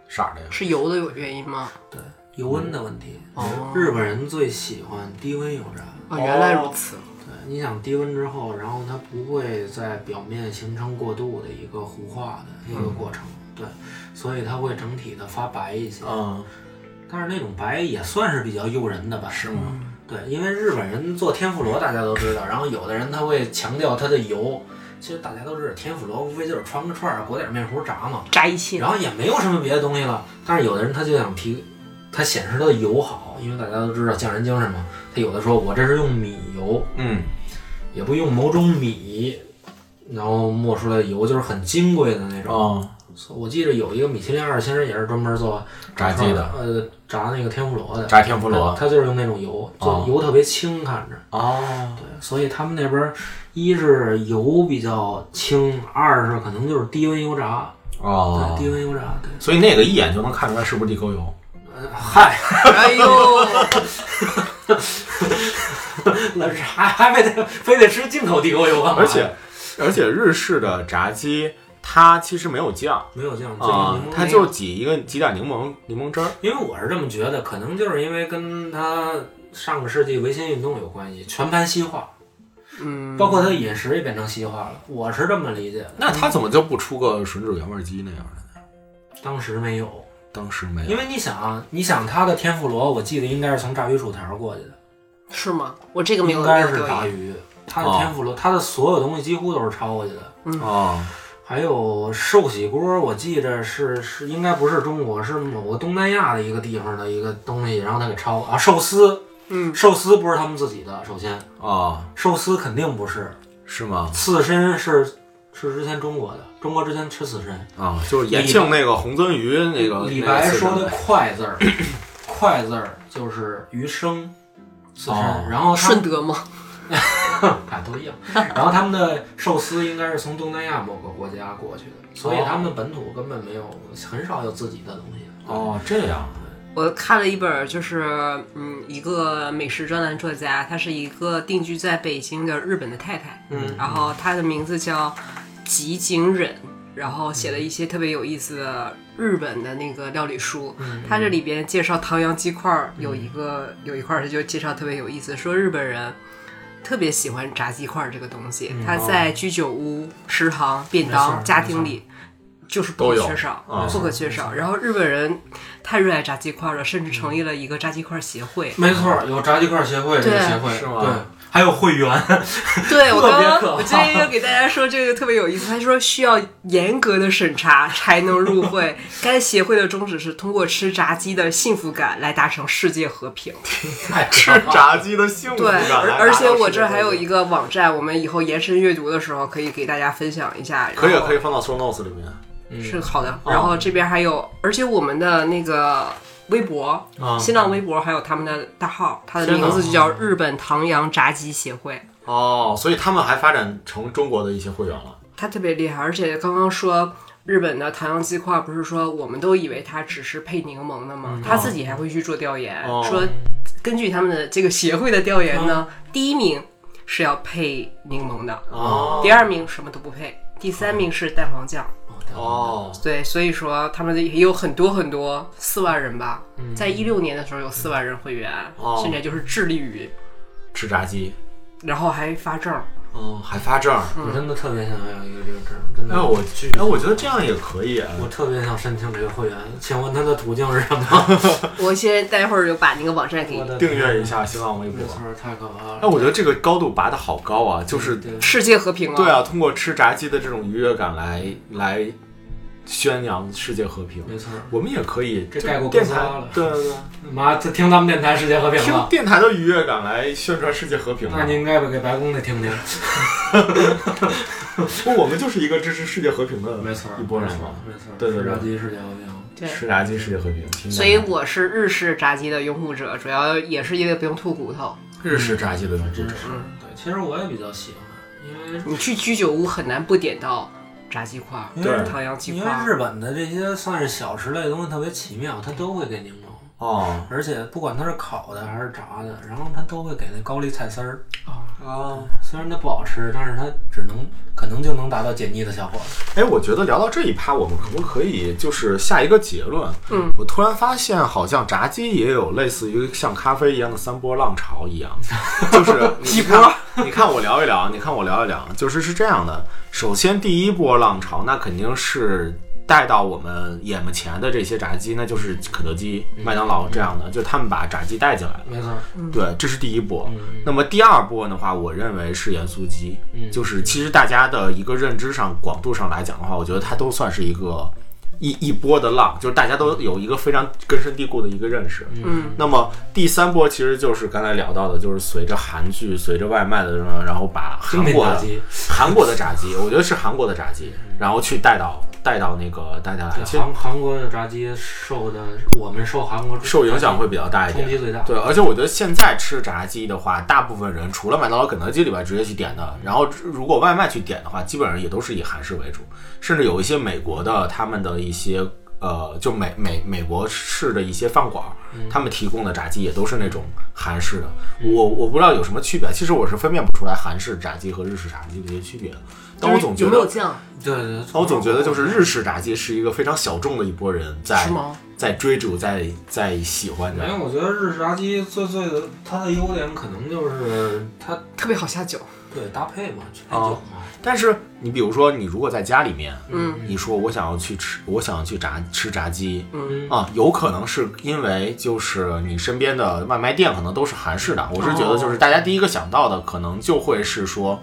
色儿的呀。是油的原因吗？对，油温的问题。嗯哦日本人最喜欢低温油炸。哦，原来如此，对，你想低温之后，然后它不会在表面形成过度的一个糊化的一个过程，对，所以它会整体的发白一些。嗯，但是那种白也算是比较诱人的吧？是吗？对，因为日本人做天妇罗大家都知道，然后有的人他会强调它的油，其实大家都知道天妇罗无非就是穿个串儿裹点面糊炸嘛，炸一气然后也没有什么别的东西了。但是有的人他就想提，他显示它的油好，因为大家都知道匠人精神嘛，他有的说我这是用米油，嗯，也不用某种米，然后磨出来的油就是很金贵的那种。哦，我记得有一个米其林二星也是专门做炸鸡的，呃，炸那个天妇罗的。炸天妇罗它它就是用那种油，哦就油特别轻，看着。哦，对，所以他们那边儿一是油比较轻，二是可能就是低温油炸。对，低哦，温油炸。对，所以那个一眼就能看出来是不是地沟油。呃嗨，哎呦， 那是还还非得非得吃进口地沟油啊？而且而且日式的炸鸡它其实没有酱没有酱，就是啊柠，檬它那就个挤一个挤点柠檬柠檬汁儿。因为我是这么觉得，可能就是因为跟它上个世纪维新运动有关系，全盘西化，嗯，包括它的饮食也变成西化了。我是这么理解的，那它怎么就不出个吮指原味鸡那样的？当时没有。当时没因有。为你想啊，你想他的天妇罗，我记得应该是从炸鱼薯条过去的，是吗？我这个没有应没该有是炸调研，鱼。他的天妇罗，他的所有东西几乎都是抄过去的。哦，还有寿喜锅，我记着是是应该不是中国，是某个东南亚的一个地方的一个东西，然后他给抄啊。寿司，嗯，寿司不是他们自己的，首先哦，寿司肯定不是，是吗？刺身是是之前中国的，中国之前吃刺身。啊，就是延庆那个红鳟鱼那个。李那个白刺身说的呗“快”字 儿，“快”字儿就是鱼生刺身，哦然后他顺德吗？啊，都一样。然后他们的寿司应该是从东南亚某个国家过去的， 所以他们本土根本没有，很少有自己的东西。哦，这样我看了一本儿，就是嗯，一个美食专栏作家，她是一个定居在北京的日本的太太，嗯，然后她的名字叫吉井忍，然后写了一些特别有意思的日本的那个料理书。嗯她这里边介绍唐扬鸡块儿有一个、有一块儿，她就介绍特别有意思，说日本人。特别喜欢炸鸡块儿这个东西，他在居酒屋、食堂、便嗯没错当、家没庭错里就是不都可有缺少啊，不可缺少。然后日本人太热爱炸鸡块了，甚至成立了一个炸鸡块协会。没错，有炸鸡块协会这个协会是吗对，还有会员， 对我刚特别可怕刚我今天要给大家说这个特别有意思，他说需要严格的审查才能入 会。该协会的宗旨是通过吃炸鸡的幸福感来达成世界和平。太吃可怕了。炸鸡的幸福对，感来而达到而且我世界这儿还有和平一个网站，我们以后延伸阅读的时候可以给大家分享一下。可以啊嗯然后可以放到 show notes 里面。是好的。然后这边还有，而且我们的那个微博啊，新浪微博还有他们的大号，它的嗯天哪名字就叫日本唐扬炸鸡协会。哦，所以他们还发展成中国的一些会员了。它特别厉害，而且刚刚说。日本的唐扬鸡块不是说我们都以为它只是配柠檬的吗？他自己还会去做调研，嗯哦说根据他们的这个协会的调研呢，第一名是要配柠檬的，哦第二名什么都不配，第三名是蛋黄酱。哦，对，所以说他们也有很多很多四万人吧，嗯在一六年的时候有四万人会员，嗯哦现在就是致力于，吃炸鸡，然后还发证儿。哦，还发证儿。我真的特别想要一个这个证，真的。那我去，哎，我觉得这样也可以啊。我特别想申请这个会员，请问他的途径是什么？ 我先待会儿就把那个网站给我你。的订阅一，下新浪微博没。错，太可怕了。哎，我觉得这个高度拔得好高啊，就是对世界和平了。对啊，通过吃炸鸡的这种愉悦感来来宣扬世界和平。没错。我们也可以，这就盖过哥电斯台拉了对对妈，他听咱们电台世界和 对，平听了，电台的愉悦感来宣传世界和平嘛。那你应该给白宫的听听。不，我们就是一个支持世界和平的 没错，一波人嘛。没错，啊对对对炸鸡世界和平。对吃炸鸡世界和平，听所以见吗我是日式炸鸡的拥护者，主要也是因为不用吐骨头。日式炸鸡的人真是，嗯对，其实我也比较喜欢，因为你去居酒屋很难不点到炸鸡块儿、对唐扬鸡因块为儿。日本的这些算是小吃类的东西特别奇妙，它都会给柠檬，哦而且不管它是烤的还是炸的，然后它都会给那高丽菜丝儿。啊哦。虽然它不好吃，但是它只能可能就能达到解腻的效果。哎，我觉得聊到这一趴，我们可不可以就是下一个结论？嗯，我突然发现，好像炸鸡也有类似于像咖啡一样的三波浪潮一样， 就是几波。你看我聊一聊，你看我聊一聊，就是是这样的。首先，第一波浪潮，那肯定是带到我们眼前的这些炸鸡，那就是肯德基、麦当劳这样的，就他们把炸鸡带进来了。没错，对，这是第一波。嗯那么第二波的话，我认为是盐酥鸡，嗯就是其实大家的一个认知上、广度上来讲的话，我觉得它都算是一个一一波的浪，就是大家都有一个非常根深蒂固的一个认识。嗯，那么第三波其实就是刚才聊到的，就是随着韩剧、随着外卖的这种，然后把韩精品国炸的鸡，韩国的炸鸡，我觉得是韩国的炸鸡，然后去带到带到那个大家来，其对实韩韩国的炸鸡受的我们受韩国受影响会比较大一点冲。击最大。对，而且我觉得现在吃炸鸡的话，大部分人除了麦当劳、肯德基里边直接去点的，然后如果外卖去点的话，基本上也都是以韩式为主，甚至有一些美国的他们的一些呃，就美美美国式的一些饭馆，嗯他们提供的炸鸡也都是那种韩式的。我我不知道有什么区别，其实我是分辨不出来韩式炸鸡和日式炸鸡的一些区别的，但我总觉有没有得。酱？对对对，但我总觉得，就是日式炸鸡是一个非常小众的一波人在是吗在追逐、在在喜欢没有，的。我觉得日式炸鸡最最的它的优点可能就是它特别好下酒。对搭配嘛，去配酒哦嘛，但是你比如说，你如果在家里面，嗯，你说我想要去吃，我想要去炸吃炸鸡，嗯啊，有可能是因为就是你身边的外卖店可能都是韩式的，我是觉得哦就是大家第一个想到的可能就会是说，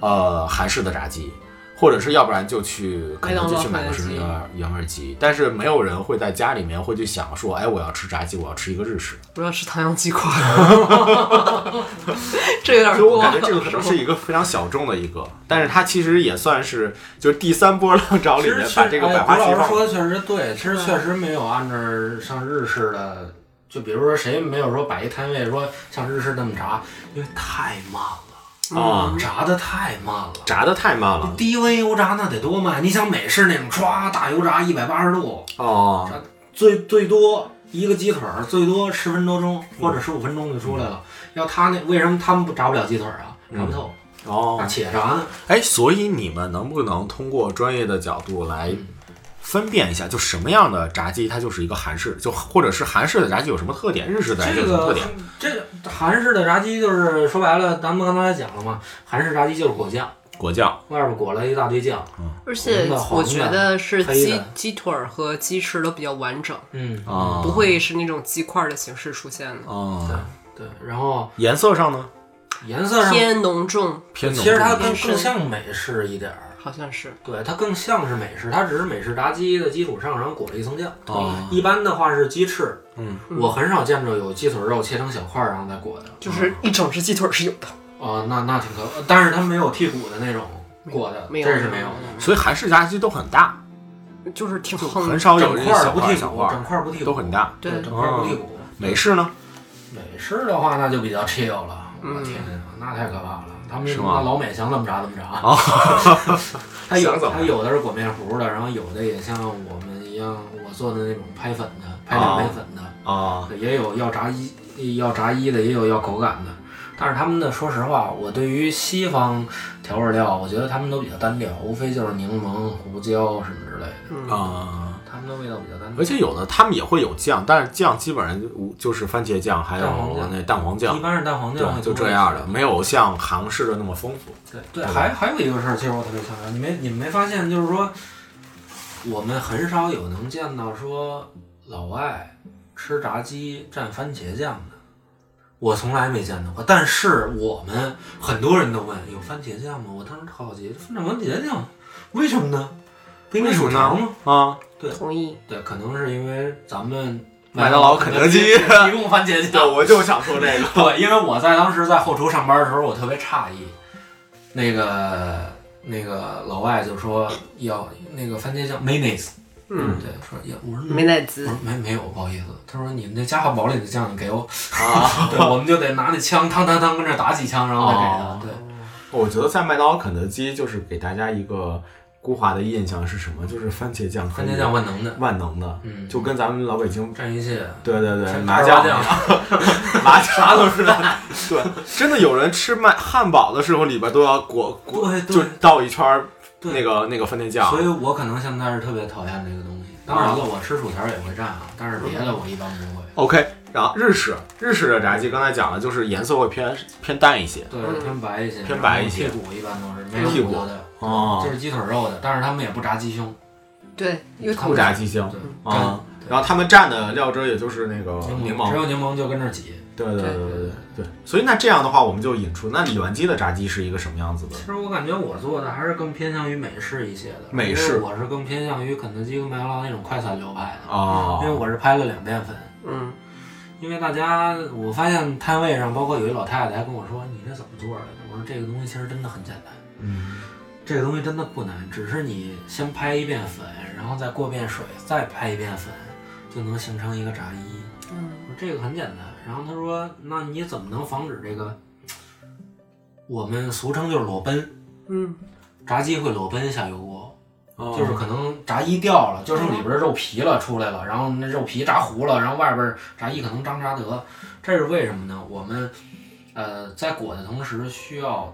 呃，韩式的炸鸡，或者是要不然就去肯德基去买个什么原味原味鸡，但是没有人会在家里面会去想说，哎，我要吃炸鸡，我要吃一个日式，我要吃唐扬鸡块儿， 这有点所 以我过感觉这个可能是一个非常小众的一个，但是它其实也算是就是第三波浪潮里其面实哎把这个百花齐老师放说。的确实对，其实确实没有按照像日式的，就比如说谁没有说摆一摊位说像日式那么炸，因为太慢了，嗯啊、炸的太慢了。炸的太慢了低温油炸那得多慢！你想美式那种歘大油炸一百八十度，哦最最多一个鸡腿儿最多十分多钟或者十五分钟就出来了。嗯要他那为什么他们不炸不了鸡腿儿啊？炸不透，那哦，且炸呢？哎，所以你们能不能通过专业的角度来分辨一下，就什么样的炸鸡它就是一个韩式，就或者是韩式的炸鸡有什么特点，日式的炸鸡这有什么特个点？这个韩式的炸鸡就是说白了，咱们刚才讲了嘛，韩式炸鸡就是果酱，果酱外边裹了一大堆酱。而且我觉得是红的黑鸡的鸡腿儿和鸡翅都比较完整，嗯，啊，不会是那种鸡块儿的形式出现的。啊，对，然后颜色上呢？颜色上，偏浓重，偏浓其实它重更一点。更像美式一点儿。好像是。对，它更像是美式，它只是美式炸鸡的基础上，然后裹了一层酱。哦一般的话是鸡翅，嗯，我很少见着有鸡腿肉切成小块儿然后再裹的。就是一整只鸡腿是有的，哦，那那挺可，但是它没有剔骨的那种裹的，没有啊这是没有的。所以韩式炸鸡都很大，就是挺横很的。少有整人块儿小不块儿剔小骨，块整儿哦块儿不剔骨都很。大。对，整块儿不剔骨。美式呢？美式的话，那就比较 chill 了。我嗯天呀，那太可怕了！他们是吗那老美想怎么炸怎么 炸。哦他有想怎么炸他有的是裹面糊的，然后有的也像我们一样，我做的那种拍粉的，拍两面粉的，啊，也有要炸衣要炸衣的，也有要口感的。但是他们的，说实话，我对于西方调味料，我觉得他们都比较单调，无非就是柠檬、胡椒什么之类的，嗯，啊，他们的味道比较单调。而且有的他们也会有酱，但是酱基本上就就是番茄酱，还有蛋黄酱那蛋黄酱一，般是蛋黄酱，对，就这样的，。没有像韩式的那么丰富。对对，还还有一个事儿，其实我特别想聊，你没你们没发现，就是说，我们很少有能见到说老外吃炸鸡蘸番茄酱的，我从来没见到过。但是我们很多人都问有番茄酱吗？我当时好奇，蘸番茄酱为什么呢？不应该薯条吗？啊，同意。对，可能是因为咱们麦当劳肯德基提供番 茄酱，我就想说这个。 对，因为我在当时在后厨上班的时候，我特别诧异，那个那个老外就说要那个番茄酱 mayonnaise，嗯，对，说要我说美。乃我滋说没没有，不好意思。他说你们那加汉堡里的酱你给我，啊， 对，我们就得拿那枪汤汤汤跟这打几枪，然后再给哦他。对，我觉得在麦当劳、肯德基，就是给大家一个固化的印象是什么？就是番茄酱，番茄酱万能的，万能的，嗯，就跟咱们老北京，蘸一切，对对对，蘸麻花酱酱，麻酱啥都是。对，真的有人吃麦汉堡的时候，里边都要裹裹，对就对倒一圈儿对那个那个番茄酱。所以我可能现在是特别讨厌这个东西。当然了，我吃薯条也会蘸啊，但是别的我一般不会。 OK，然后日式日式的炸鸡，刚才讲了，就是颜色会偏偏淡一些。对，嗯偏白一些，偏白一些然后剔骨一般都是没有剔骨骨头的，哦这，是鸡腿肉的，但是他们也不炸鸡胸，对，因为他不们炸鸡对胸，蘸啊。然后他们蘸的料汁儿也就是那个柠柠檬只，有柠檬就跟这儿挤。对对对对对对对。所以那这样的话，我们就引出那李元基的炸鸡是一个什么样子的其？实我感觉我做的还是更偏向于美式一些的，美式因为我是更偏向于肯德基跟麦当劳那种快餐流派的，因为哦，我是拍了两遍粉。嗯，因为大家，我发现摊位上，包括有一老太太还跟我说：“你这怎么做的？”我说：“这个东西其实真的很简单，嗯，这个东西真的不难，只是你先拍一遍粉，然后再过遍水，再拍一遍粉，就能形成一个炸衣。”嗯，我说这个很简单。然后他说：“那你怎么能防止这个？我们俗称就是裸奔，嗯，炸鸡会裸奔下油锅，哦嗯就是可能炸衣掉了，就剩里边的肉皮了出来了，然后那肉皮炸糊了，然后外边炸衣可能张扎德，这是为什么呢？我们呃在裹的同时需要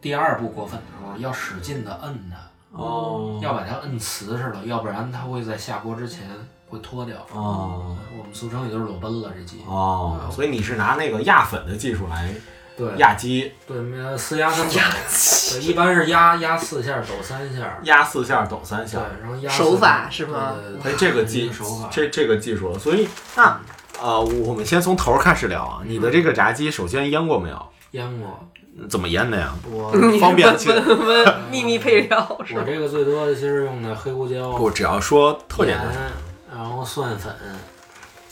第二步裹粉的时候要使劲的摁它，哦要把它摁瓷实了，要不然它会在下锅之前会脱掉。哦我们俗称也就是裸奔了这鸡。哦，所以你是拿那个压粉的技术来对，压鸡，对，呃四压三抖， 对，一般是压压四下，抖三下，压四下抖三对下，，然后压手四法下是吗对对哎对，这个一技手法，这这个技术，所以那呃，我们先从头儿开始聊啊。你的这个炸鸡，首先腌过没有？淹过怎么腌的呀？我。方便去问问 问秘密配料是我吧？这个最多的其实用的黑胡椒、不，只要说特点就是盐，然后蒜粉，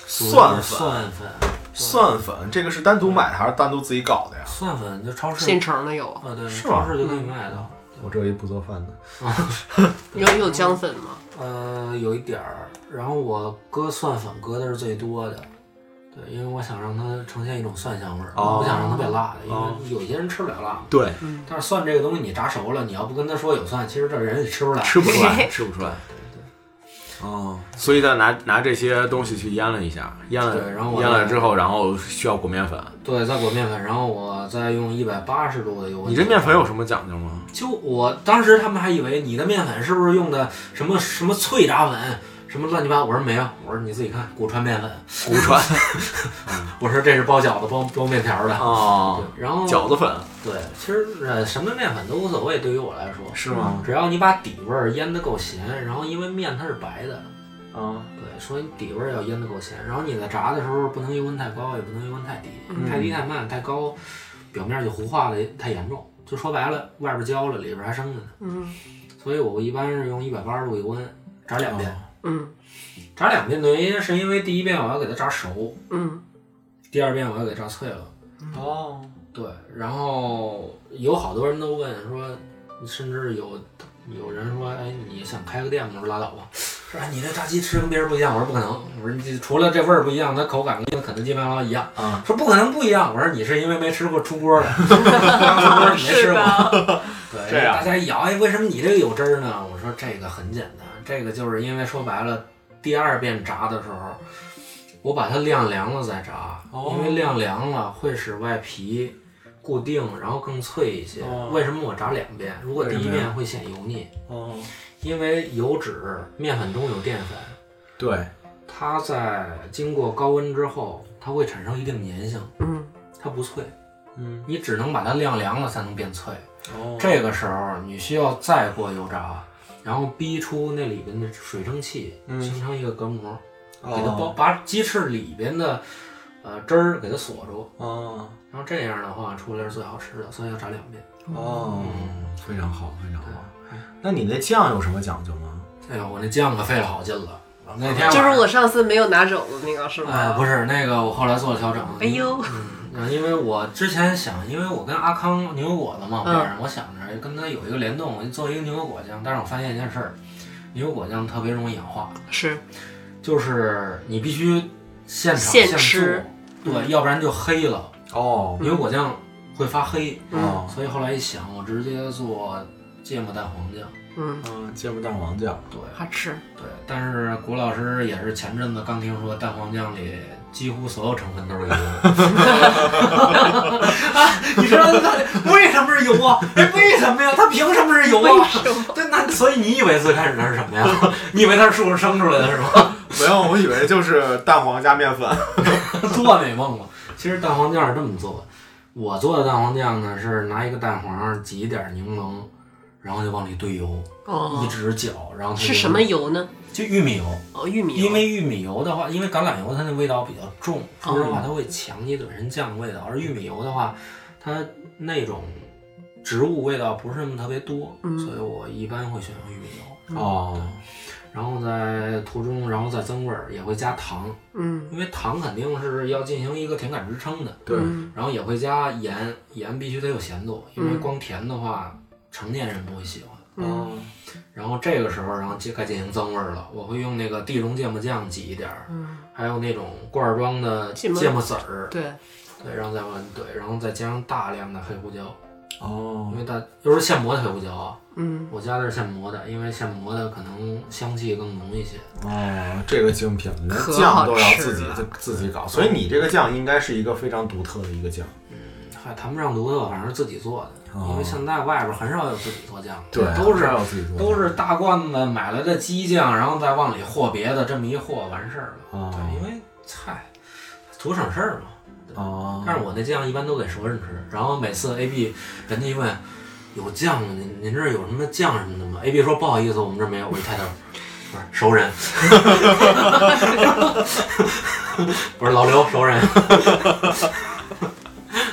蒜粉，蒜粉，蒜粉，这个是单独买的还是单独自己搞的呀？蒜粉就超市现成的有，啊，对，是超吗市就可以买到。我这有一不做饭的，有有姜粉吗？嗯呃，有一点儿，然后我搁蒜粉搁的是最多的，对，因为我想让它呈现一种蒜香味儿，哦我不想让它变辣的，哦因为有些人吃不了辣嘛。对，但是蒜这个东西，你炸熟了，你要不跟他说有蒜，其实这人也吃不来。吃不出来，对吃不出来。对哦，所以再拿拿这些东西去腌了一下，腌了，对然后我腌了之后，然后需要裹面粉。对，再裹面粉，然后我再用一百八十度的油。你这面粉有什么讲究吗？就我当时他们还以为你的面粉是不是用的什么什么脆炸粉，什么乱七八糟。我说没有，我说你自己看骨川面粉，骨传 我说这是包饺子、包包面条的。哦，对，然后饺子粉对，其实呃什么面粉都无所谓，对于我来说，是吗？只要你把底味儿腌得够咸，然后因为面它是白的，啊，对，所以底味儿要腌得够咸，然后你在炸的时候不能油温太高，也不能油温太低，嗯太低太慢太高，表面就糊化的太严重，就说白了，外边焦了，里边还生着呢。嗯所以我一般是用一百八十度一温炸两遍，嗯炸两遍的原因是因为第一遍我要给它炸熟，嗯第二遍我要给它炸脆了。哦，对，然后有好多人都问说，甚至有有人说，哎，你想开个店吗？我说拉倒吧。说哎，你这炸鸡吃跟别人不一样。我说不可能。我说你除了这味儿不一样，它口感跟肯德基、麦当劳一样。啊说不可能不一样。我说你是因为没吃过出锅的， 出锅你没吃是过。 吧？对，这样大家一咬，哎，为什么你这个有汁儿呢？我说这个很简单，这个就是因为说白了，第二遍炸的时候，我把它晾凉了再炸，哦因为晾凉了会使外皮固定，然后更脆一些。哦为什么我炸两遍？如果第一为什么遍会显油腻，哦，因为油脂面粉中有淀粉，对，它在经过高温之后，它会产生一定粘性，嗯它不脆，嗯，你只能把它晾凉了才能变脆。哦，这个时候你需要再过油炸，然后逼出那里边的水蒸气，嗯形成一个隔膜，哦给给它包，把鸡翅里边的呃汁儿给它锁住，哦然后这样的话出来是最好吃的，所以要炸两遍。嗯哦，非常好，非常对好。那你那酱有什么讲究吗？哎呦，我那酱可费了好劲了，那天晚就是我上次没有拿肘子那个是哎吗？不是那个我后来做了调整，哎呦，嗯，因为我之前想，因为我跟阿康牛油果子嘛，嗯别人我想着跟他有一个联动，我就做一个牛油果酱，但是我发现一件事儿，牛油果酱特别容易氧化。嗯是就是你必须现场现做吃，嗯对，要不然就黑了。哦牛油果酱会发黑，嗯所以后来一想，我直接做芥末蛋黄酱。嗯，嗯，芥末蛋黄酱，对好吃，对，但是谷老师也是前阵子刚听说蛋黄酱里几乎所有成分都是 油。你说它为什么是油啊？哎，为什么呀？它凭什么是油啊？对，那所以你以为最开始它是什么呀？ 你以为它是树上生出来的是吗？ 没有，我以为就是蛋黄加 面粉。 做美梦了。其实蛋黄酱是这么做的，我做的蛋黄酱呢是拿一个蛋黄挤一点柠檬，然后就往里兑油，一哦，直搅，然后它就是什么？油呢？就玉米油，哦，玉米油，因为玉米油的话，因为橄榄油它那味道比较重，说实哦话它会强一点人酱的味道，而玉米油的话，它那种植物味道不是那么特别多，嗯所以我一般会选用玉米油。嗯哦，然后在途中，然后再增味儿，也会加糖，嗯因为糖肯定是要进行一个甜感支撑的。对嗯然后也会加盐，盐必须得有咸度，因为嗯光甜的话，成年人不会喜欢。嗯哦，然后这个时候，然后就该进行增味儿了。我会用那个地中芥末酱挤一点儿，嗯，还有那种罐儿装的芥末芥末籽儿，对，对，然后再往里怼，然后再加上大量的黑胡椒，哦因为它又是现磨的黑胡椒啊，嗯我加的是现磨的，因为现磨的可能香气更浓一些。哦，这个精品，连可酱好都要吃自己了自自己搞，所以你这个酱应该是一个非常独特的一个酱。还谈不上独特，反正是自己做的，哦因为现在外边很少有自己做酱的，对，都是要自己做，都是大罐子买了的鸡酱，然后再往里和别的，这么一和完事儿了。哦对，因为菜图省事儿嘛。哦，但是我那酱一般都给熟人吃，然后每次 A B 人家一问有酱吗？您您这儿有什么酱什么的吗？A B 说不好意思，我们这儿没有。我一抬头，不是熟人，不是老刘熟人。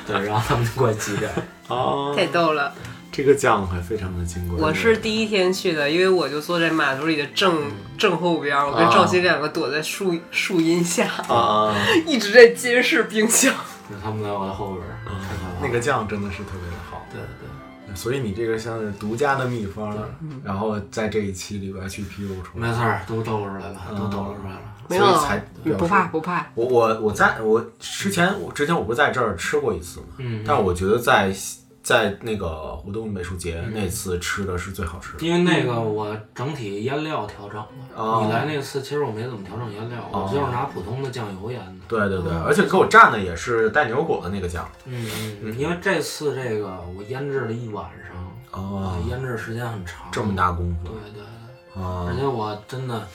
对，然后他们就过来挤点儿。哦太逗了。这个酱还非常的金贵。我是第一天去的，因为我就坐在码头里的正正后边儿，我跟嗯啊赵鑫两个躲在树树荫下，啊，啊一直在监视冰箱。那他们在我的后边儿，太可怕了那个酱真的是特别的好，对对。所以你这个像是独家的秘方，然后在这一期里边去披露出来没，错儿，都兜出来了，嗯都兜出来了。没有啊所以才表示不怕。不怕，我我我在我之前我之前我不是在这儿吃过一次吗？嗯，但我觉得在在那个活动美术节那次吃的是最好吃的。因为那个我整体腌料调整了，哦嗯你来那次其实我没怎么调整腌料，我哦就是拿普通的酱油腌的。对对对，而且给我蘸的也是带牛油果的那个酱。嗯嗯，因为这次这个我腌制了一晚上，哦腌制时间很长。这么大功对夫对对，啊而！且我真的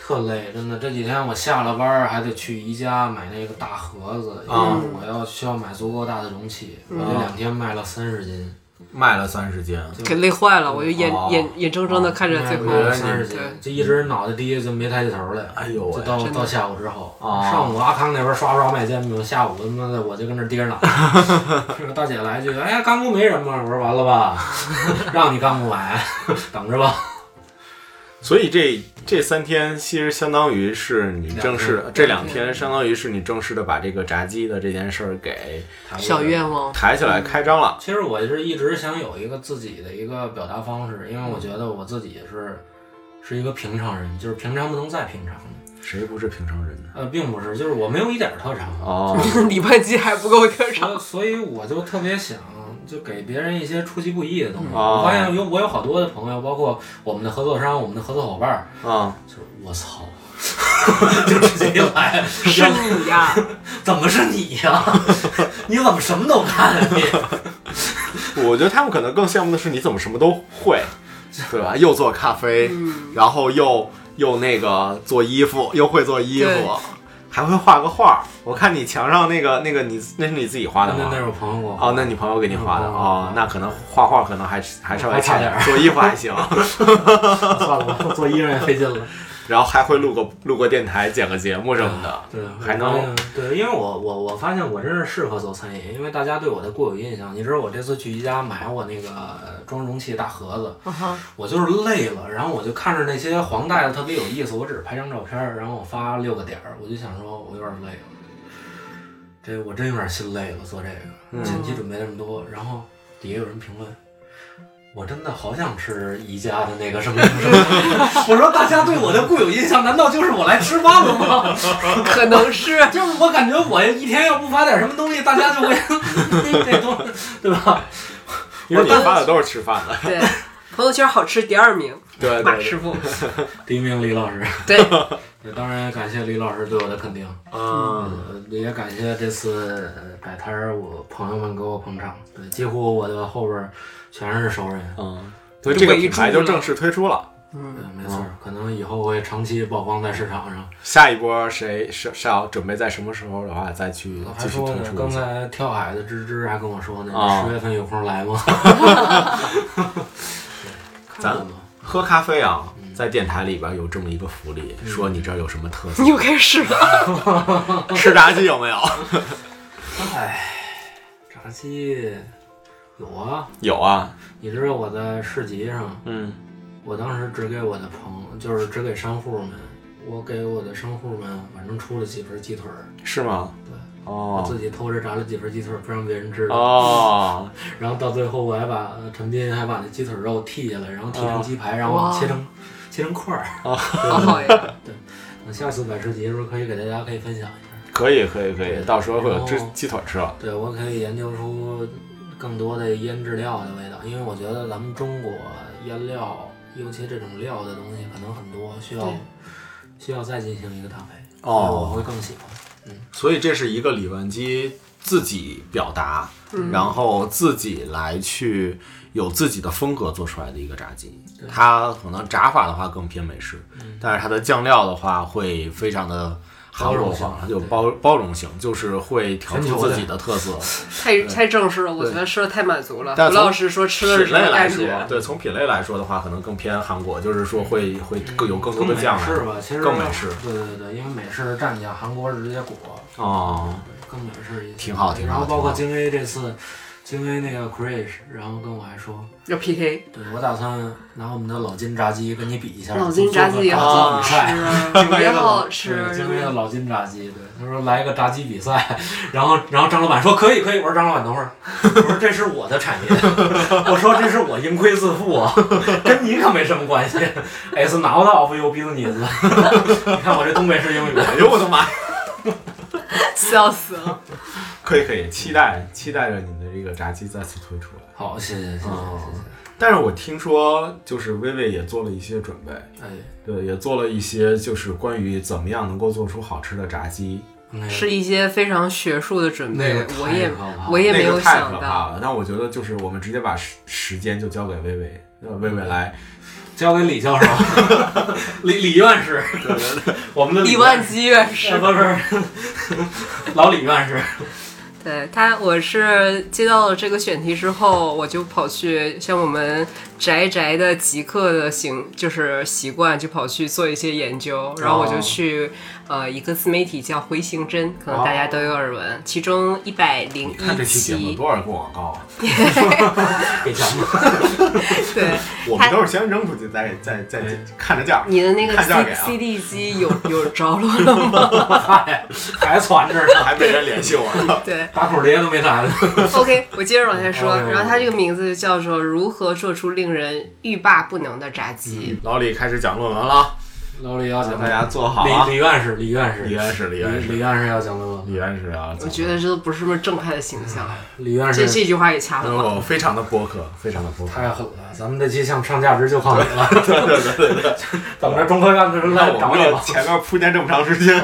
特累，真的这几天我下了班儿还得去宜家买那个大盒子，因为哦我要需要买足够大的容器，我这两天卖了三十斤。卖了三十斤，给累坏了，我就眼啊哦眼眼睁睁的看着卖最不后了原来三十斤对，就一直脑袋低，就没抬起头来。哎呦就喂，到真的到下午之后，哦啊上午阿康那边刷刷卖煎饼，下午他妈的我就跟那儿 盯着脑袋。这个大姐来一句：“哎呀，干锅没人吗？”我说：“完了吧， 让你干不完，等着吧。所以这这三天其实相当于是你正式两天这两天，相当于是你正式的把这个炸鸡的这件事儿给”小愿望，抬起嗯来开张了。其实我是一直想有一个自己的一个表达方式，因为我觉得我自己是是一个平常人，就是平常不能再平常了。谁不是平常人呢？呃，并不是，就是我没有一点儿特长，啊哦， 礼拜几还不够 特长，所以所以我就特别想就给别人一些出其不意的东西。哦我发现有我有好多的朋友，包括我们的合作商、我们的合作伙伴，啊，就是我操，就直接来，是啊你呀， 怎么是你呀、 你怎么什么都干啊你？ 我觉得他们可能更羡慕的是你怎么什么都会，对吧？又做咖啡，嗯嗯然后又又那个做衣服，又会做衣对服，还会画个画儿。我看你墙上那个那个你那是你自己画的那吗那？是我朋友给我画哦，那你朋友给你画的嗯哦，那可能画画可能还还稍微还差差点儿做衣服还行，的，算 了吧，做艺人也费劲了。然后还会录个录个电台，剪个节目什么的。对，还能对，因为我我我发现我真是适合做餐饮，因为大家对我的固有印象。你知道我这次去宜家买我那个装容器大盒子，嗯我就是累了，然后我就看着那些黄袋子特别有意思，我只是拍张照片儿，然后我发六个点儿，我就想说我有点累了，这我真有点心累了做这嗯个，前期准备那么多，然后底下有人评论。我真的好想吃宜家的那个什么什么什么， 我说大家对我的固有印象，难道就是我来吃饭了吗？可能是 就是我感觉我一天要不发点什么东西，大家就会 这东西，对吧？因为你我当时发的都是吃饭的，对。朋友圈好吃第二名，对马对师傅。第一名李老师， 对，也当然感谢李老师对我的肯定，嗯，呃也感谢这次呃摆摊儿我朋友们给我捧场，对，几乎我的后边儿全是熟人，嗯，所以这个品牌就围住了正式推出了。对，嗯没错哦儿，可能以后会长期曝光在市场上。下一波谁是是要准备在什么时候的话再去还继续说推呢，出刚一下？才跳海的芝芝还跟我说呢，啊你十月份有空来吗？咱看看吧喝咖啡啊，在电台里边有这么一个福利，嗯说你这儿有什么特色？又开始了。嗯吃炸鸡有没有？ 哎，炸鸡有啊！有啊，你知道我在市集上，嗯，我当时只给我的朋友，就是只给商户们，我给我的商户们，反正出了几份鸡腿儿，是吗？对我哦自己偷着炸了几份鸡腿儿，不让别人知道。哦，然后到最后，我还把呃陈斌还把那鸡腿肉剔下来，然后剔哦成鸡排，然后哇哦切成切成块儿。好好呀，等下次摆市集的时候，可以给大家可以分享一下。可以可以可以，到时候会有哦鸡鸡腿吃了。对，我可以研究出更多的腌制料的味道，因为我觉得咱们中国腌料，尤其这种料的东西，可能很多需要对需要再进行一个搭配，哦所以我会更喜欢。所以这是一个李万基自己表达，然后自己来去有自己的风格做出来的一个炸鸡。它可能炸法的话更偏美式，但是它的酱料的话会非常的韩国包化，容性有包包容性，就是会调全出球的自己的特色。太太正式了，我觉得吃的太满足了。但吴从老师说吃的是什品么类来感说啊觉，？对，哦从品类来说的话，可能更偏韩国，就是说会会更有更多的美酱式料。吧，其实更美式对对对，因为美式蘸酱，韩国是直接裹，哦，更美式一些。挺好挺然好后包括挺京 A 这次，京 A 那个 Chris，然后跟我还说，要 PK 对我打算拿我们的老金炸鸡跟你比一下，老金炸鸡也啊做个好比吃赛。，也好吃 对，。京威的老金炸鸡，对，他说来一个炸鸡比赛，然后然后张老板说可以可以，我说张老板等会儿， 我说这是我的产业， 我说这是我盈亏自负啊，跟你可没什么关系，is 哎 not of your business，你 看我这东北式英语，哎呦我的妈！ 笑死 了！可以可以，期待期待着你的这个炸鸡再次推出来。好，谢谢谢谢谢谢，但是我听说，就是薇薇也做了一些准备，哎，对，也做了一些就是关于怎么样能够做出好吃的炸鸡，那个是一些非常学术的准那备个，太我也可怕了我也没那有个太想可到。怕了。但我觉得就是我们直接把时时间就交给薇薇，让薇薇来。交给李教授， 李李院士，我们的李院 万基院士是不是老李院士，对他，我是接到了这个选题之后，我就跑去像我们宅宅的极客的行，就是习惯，就跑去做一些研究。然后我就去、哦呃一个自媒体叫回形针，可能大家都有耳闻。其中一百零看一这期节目期，多少个广告啊！给钱吗？ 对我们都是先扔出去，再再再再看着价。你的那个看价 C 给啊 C D 机有有着落了 吗？嗨，还攒着呢，还被人联系我 呢。对。打口碟都没来呢。 OK，我接着往下哦说。 OK，OK 然后它这个名字就叫做“如何做出令人欲罢不能的炸嗯鸡老李开始讲论文了啊， 老李要讲大家坐好啊李。李院士，李院士，李院士，李李院士，李院士要讲论文，李院士啊！”，我觉得这都不是什么正派的形象。李院这士这句话也掐了吧。哦，非常的播客，非常的播客。太狠了，咱们这期想上价值就靠你了。哎 对对对对对，怎么着，中科院的人来 我找们你要了？前面铺垫这么长时间，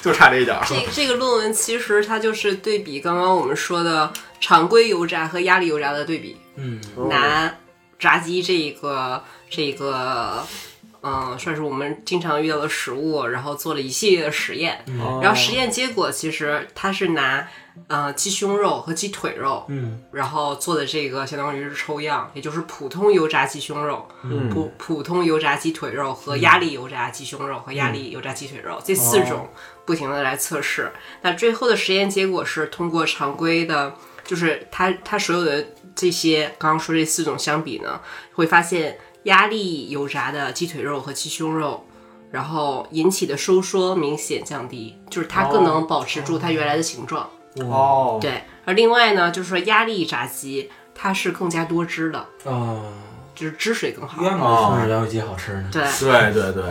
就差这一点儿。这这个论文其实它就是对比刚刚我们说的常规油炸和压力油炸的对比，嗯，拿炸鸡这一个这一个。嗯，算是我们经常遇到的食物，然后做了一系列的实验，然后实验结果其实它是拿呃鸡胸肉和鸡腿肉，嗯，然后做的这个相当于是抽样，也就是普通油炸鸡胸肉、普普通油炸鸡腿肉和压力油炸鸡胸肉和压力油炸鸡腿肉、这四种不停的来测试。那最后的实验结果是通过常规的，就是它它所有的这些刚刚说这四种相比呢，会发现压力油炸的鸡腿肉和鸡胸肉。然后引起的收缩明显降低，就是它更能保持住它原来的形状。哦，对，而另外呢，就是说压力炸鸡它是更加多汁的，啊，就是汁水更好。冤枉的是原味鸡好吃呢。对，对对对，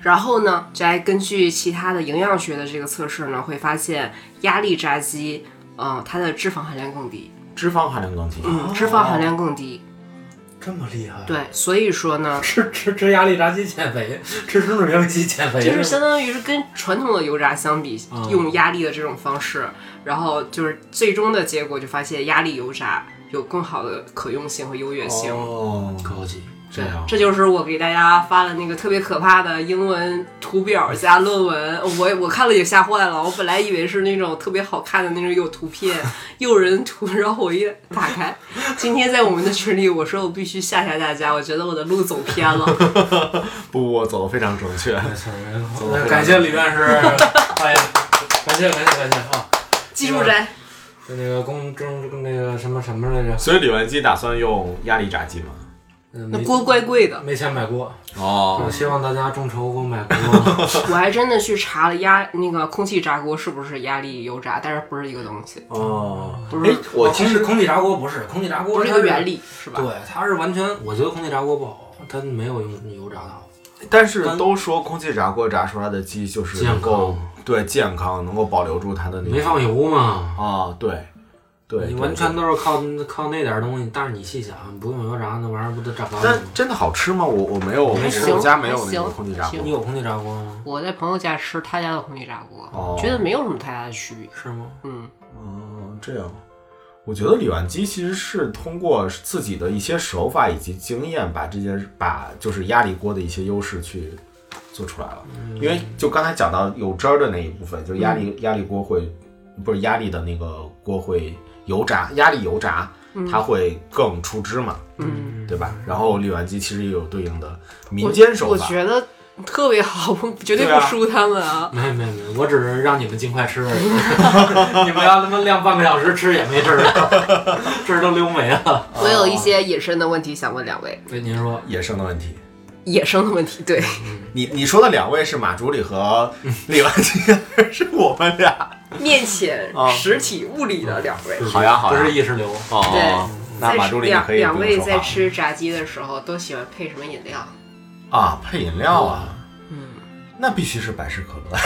然后呢，再根据其他的营养学的这个测试呢，会发现压力炸鸡，呃，它的脂肪含量更低，脂肪含量更低。嗯，脂肪含量更低。这么厉害？，对，所以说呢，吃吃吃压力炸鸡减肥，吃生乳原味鸡减肥，就是相当于是跟传统的油炸相比，用压力的这种方式，然后就是最终的结果就发现压力油炸有更好的可用性和优越性。哦，高级。这样这就是我给大家发的那个特别可怕的英文图表加论文，我我看了也吓坏了。我本来以为是那种特别好看的那种有图片、诱人图，然后我一打开，今天在我们的群里，我说我必须吓吓大家，我觉得我的路走偏了。不，我走的非常正确。没错，没错那感谢李院 士，哎呀，感谢感谢感谢啊！记住宅，就那个公中那个什么什么来着？所以李文基打算用压力炸鸡吗？嗯那没锅怪贵的，没钱买锅，哦我，希望大家众筹给我买 锅。我还真的去查了压那个空气炸锅是不是压力油炸，但是不是一个东西，哦，不是哎，我其实空气炸锅不是空气炸锅，不是一个原理，是它吧是。？对，它是完全，我觉得空气炸锅不好，它没有用油炸的好。但是都说空气炸锅炸出来的鸡就是健能够康对健康，能够保留住它的那没种放油嘛？啊，对，对，你对完对全都是靠靠那点东西，但是你细想，不用油炸那玩意儿不都炸不了但吗？真的好吃吗？我我没有，我还行们家没有还那个行空气炸锅你。有空气炸锅吗？我在朋友家吃他家的空气炸锅，哦觉得没有什么太大的区别。是吗？嗯，哦，这样。我觉得李万基其实是通过自己的一些手法以及经验，把这件把就是压力锅的一些优势去做出来了。因为嗯就刚才讲到有汁儿的那一部分，就是压力、压力锅会不是压力的那个锅会油炸，压力油炸嗯它会更出汁嘛，嗯，对吧？然后李万基其实也有对应的民间手我法，觉得特别好，我绝对对啊不输他们啊。没没没，我只是让你们尽快吃而已。 你们要他妈晾半个小时吃也没吃着，这儿 都溜没了。哦我有一些野生的问题想问两位，对，您说，野生的问题。野生的问题， 对，你你说的两位是马助理和李万基， 是我们俩。面前啊实体物理的两位，好呀好呀不是意识流。哦，那在马吃助理你两可以两不用位说在话吃炸鸡的时候都喜欢配什么饮料？啊，配饮料啊，嗯，那必须是百事可乐。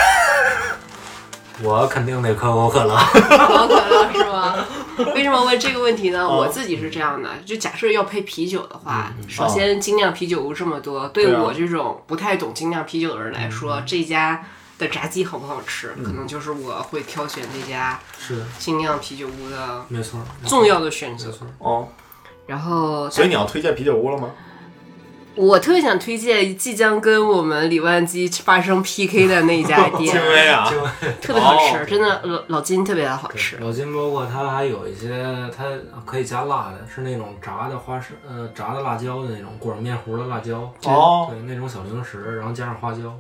我肯定得可口可乐。可口可乐是 吗？为什么问这个问题呢？我嗯自己是这样的，就假设要配啤酒的话，嗯首先精酿啤酒屋这么多，对哦对啊嗯我这种不太懂精酿啤酒的人来说，这家的炸鸡好不好吃，可能就是我会挑选这家是，精酿啤酒屋的没错。重要的选择。 哦，然后， 所以你要推荐啤酒屋了吗？我特别想推荐即将跟我们李万基发生 PK 的那一 家店，轻微啊，就特别好吃，哦真的老老金特别的好吃。老金包括它还有一些，它可以加辣的，是那种炸的花生，呃，炸的辣椒的那种，裹着面糊的辣椒，哦，对，那种小零食，然后加上花椒，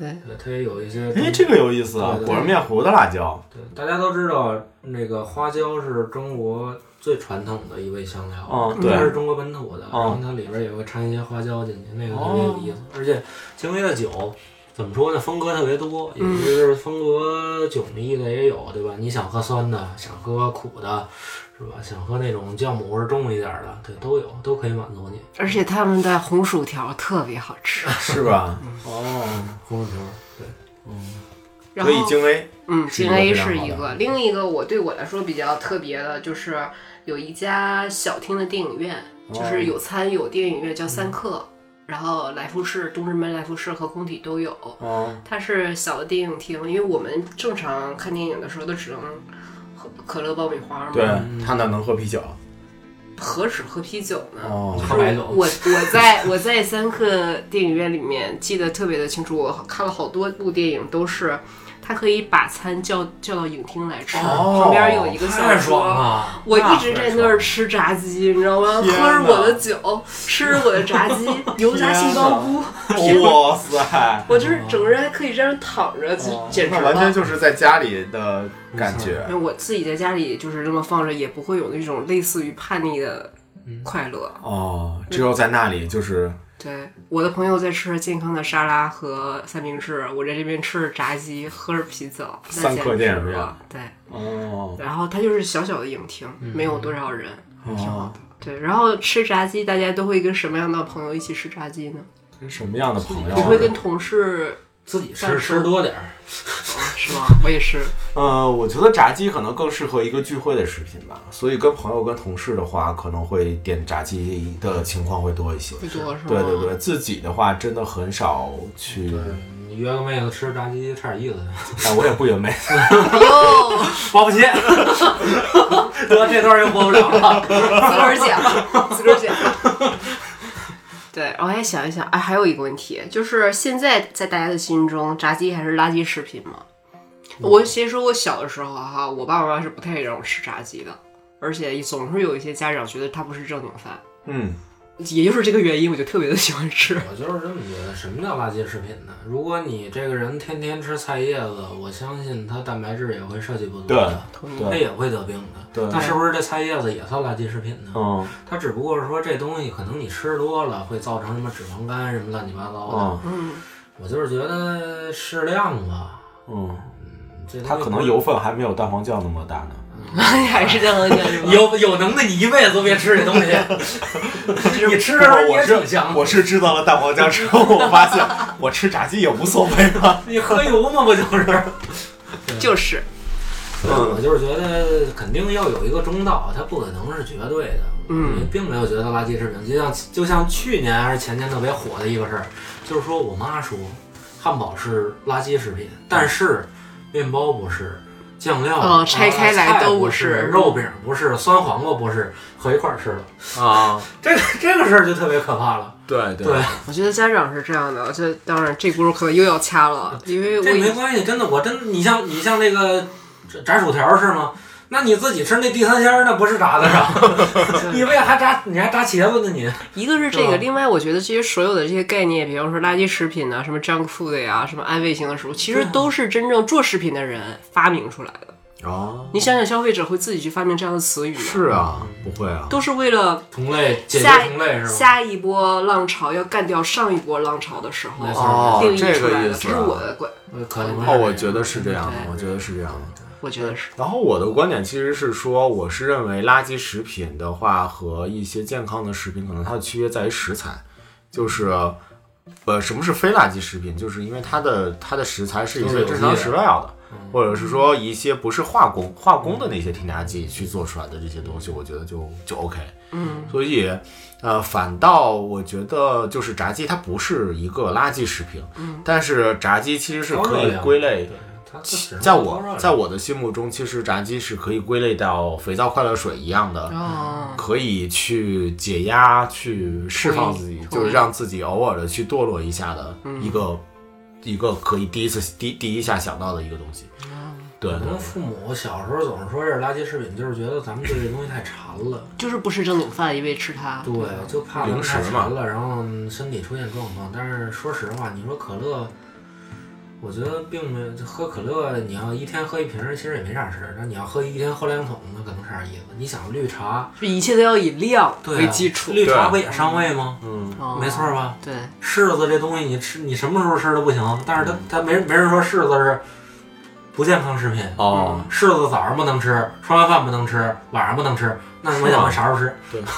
对，对，它也有一些。哎，这个有意思啊，对对裹着面糊的辣椒，对，大家都知道，那个花椒是中国最传统的一味香料，嗯它对是中国本土的，嗯然后它里边也会掺一些花椒进去，那个特别哦有意思。而且金威的酒怎么说呢，风格特别多，嗯也就是风格迥异的也有，对吧？你想喝酸的，想喝苦的，是吧？想喝那种酵母味儿重一点的，对，都有，都可以满足你。而且他们的红薯条特别好吃。是吧？ 哦，红薯条，对，然所后以京 A 嗯，是一京个 A 非常是好一的个，另一个我对我来说比较特别的就是有一家小厅的电影院，哦就是有餐有电影院，叫嗯三客，然后来福士、东直门来福士和工体都有。哦，它是小的电影厅，因为我们正常看电影的时候都只能喝可乐、爆米花嘛，对他那能喝啤酒何止喝啤酒呢？哦喝白酒。我我在我在三克电影院里面记得特别的清楚，我看了好多部电影，都是他可以把餐叫叫到影厅来吃，哦旁边有一个小太爽桌。了！我一直在那儿吃炸鸡，你知道吗？喝天哪着我的酒，吃着我的炸 鸡，油炸杏鲍菇，哇 塞，我就是整个人还可以这样躺着，就简直哦那完全了。就是在家里的感觉因为我自己在家里就是这么放着，也不会有那种类似于叛逆的嗯快乐。哦，只有在那里就是对，我的朋友在吃健康的沙拉和三明治，我在这边吃着炸鸡，喝着啤酒，那三克电简影直院了。对，哦，然后它就是小小的影厅，嗯没有多少人，嗯挺好哦的。对，然后吃炸鸡，大家都会跟什么样的朋友一起吃炸鸡呢？什么样的朋友你啊？会跟同事嗯自己吃吃多点儿，是吗？我也是，呃，我觉得炸鸡可能更适合一个聚会的食品吧，所以跟朋友、跟同事的话，可能会点炸鸡的情况会多一些。不多是吗？对对对，自己的话真的很少去，嗯你约个妹子吃炸鸡差点意思。哎，我也不也没，哎哟，保不齐， 得这段又播不了了。自个儿讲，自个儿讲。对，我还想一想，哎，还有一个问题，就是现在在大家的心中，炸鸡还是垃圾食品吗？嗯我先说，我小的时候啊哈，我爸爸妈妈是不太让我吃炸鸡的，而且总是有一些家长觉得它不是正经饭， 嗯，也就是这个原因，我就特别的喜欢吃。 我就是这么觉得，什么叫垃圾食品呢？如果你这个人天天吃菜叶子，我相信他蛋白质也会摄取不足的，他对，也会得病的。对那是不是这菜叶子也算垃圾食品呢？嗯它只不过是说这东西可能你吃多了会造成什么脂肪肝什么乱七八糟的。嗯嗯， 我就是觉得适量吧，嗯，这东西它可能油分还没有蛋黄酱那么大呢。还是这样讲是 吧？有有能耐，你一辈子都别吃这东西。 你吃着不你我也是挺香，我是知道了蛋黄酱之后，我发现我吃炸鸡也无所谓了。你喝油嘛，不就是？就是，嗯我就是觉得肯定要有一个中道，它不可能是绝对的。嗯，并没有觉得垃圾食品，就像就像去年还是前年特别火的一个事儿，就是说我妈说汉堡是垃圾食品，但是面包不是。酱料哦拆开来呃菜都不不是嗯肉饼不是，酸黄瓜不是，合一块儿吃了。 啊，这个这个事儿就特别可怕了。对对，我觉得家长是这样的，这当然这轱辘可能又要掐了，因为我这已没关系，真的，我真你像你像那个炸薯条是吗？那你自己吃那地三鲜儿，那不是炸的是吧？ 你为还炸你还炸茄子呢你？一个是这是吧个，另外我觉得这些所有的这些概念，比方说垃圾食品呐、什么 junk food 呀、什么安慰型的食物，其实都是真正做食品的人发明出来的。啊，你想想，消费者会自己去发明这样的词语吗？是啊，不会啊，都是为了同类解决下同类是吧？下一波浪潮要干掉上一波浪潮的时没候错哦定义这出个来意的，思这啊是我的观，呃可能哦， 我觉得是这样的，对我觉得是这样的。我觉得是。然后我的观点其实是说，我是认为垃圾食品的话和一些健康的食品，可能它的区别在于食材，就是，呃，什么是非垃圾食品？就是因为它的它的食材是一都是些有正常机嗯的食料的，或者是说一些不是化工化工的那些添加剂去做出来的这些东西，我觉得就就 OK。嗯，所以，呃，反倒我觉得就是炸鸡它不是一个垃圾食品，但是炸鸡其实是嗯高热可以量归类对。它它只能在多我热量在我的心目中，其实炸鸡是可以归类到肥皂快乐水一样的，哦，可以去解压、去释放自己，同意就是让自己偶尔的去堕落一下的一个、一个可以第一次第第一下想到的一个东西。对可对能父母小时候总是说这是垃圾食品，就是觉得咱们对这东西太馋了，就是不吃正经饭，一味吃它。对，就怕咱零们食太嘛馋了，然后身体出现状况。但是说实话，你说可乐，我觉得并没有就喝可乐，你要一天喝一瓶儿，其实也没啥事儿。那你要喝一天喝两桶，那可能是啥意思？你想绿茶就一切都要以量对啊为基础。绿茶不也伤胃吗？嗯，哦没错吧？对，柿子这东西你吃，你什么时候吃都不行，但嗯是它它没人没人说柿子是不健康食品。嗯哦，柿子早上不能吃，吃完饭不能吃，晚上不能吃，那我想问啥时候吃？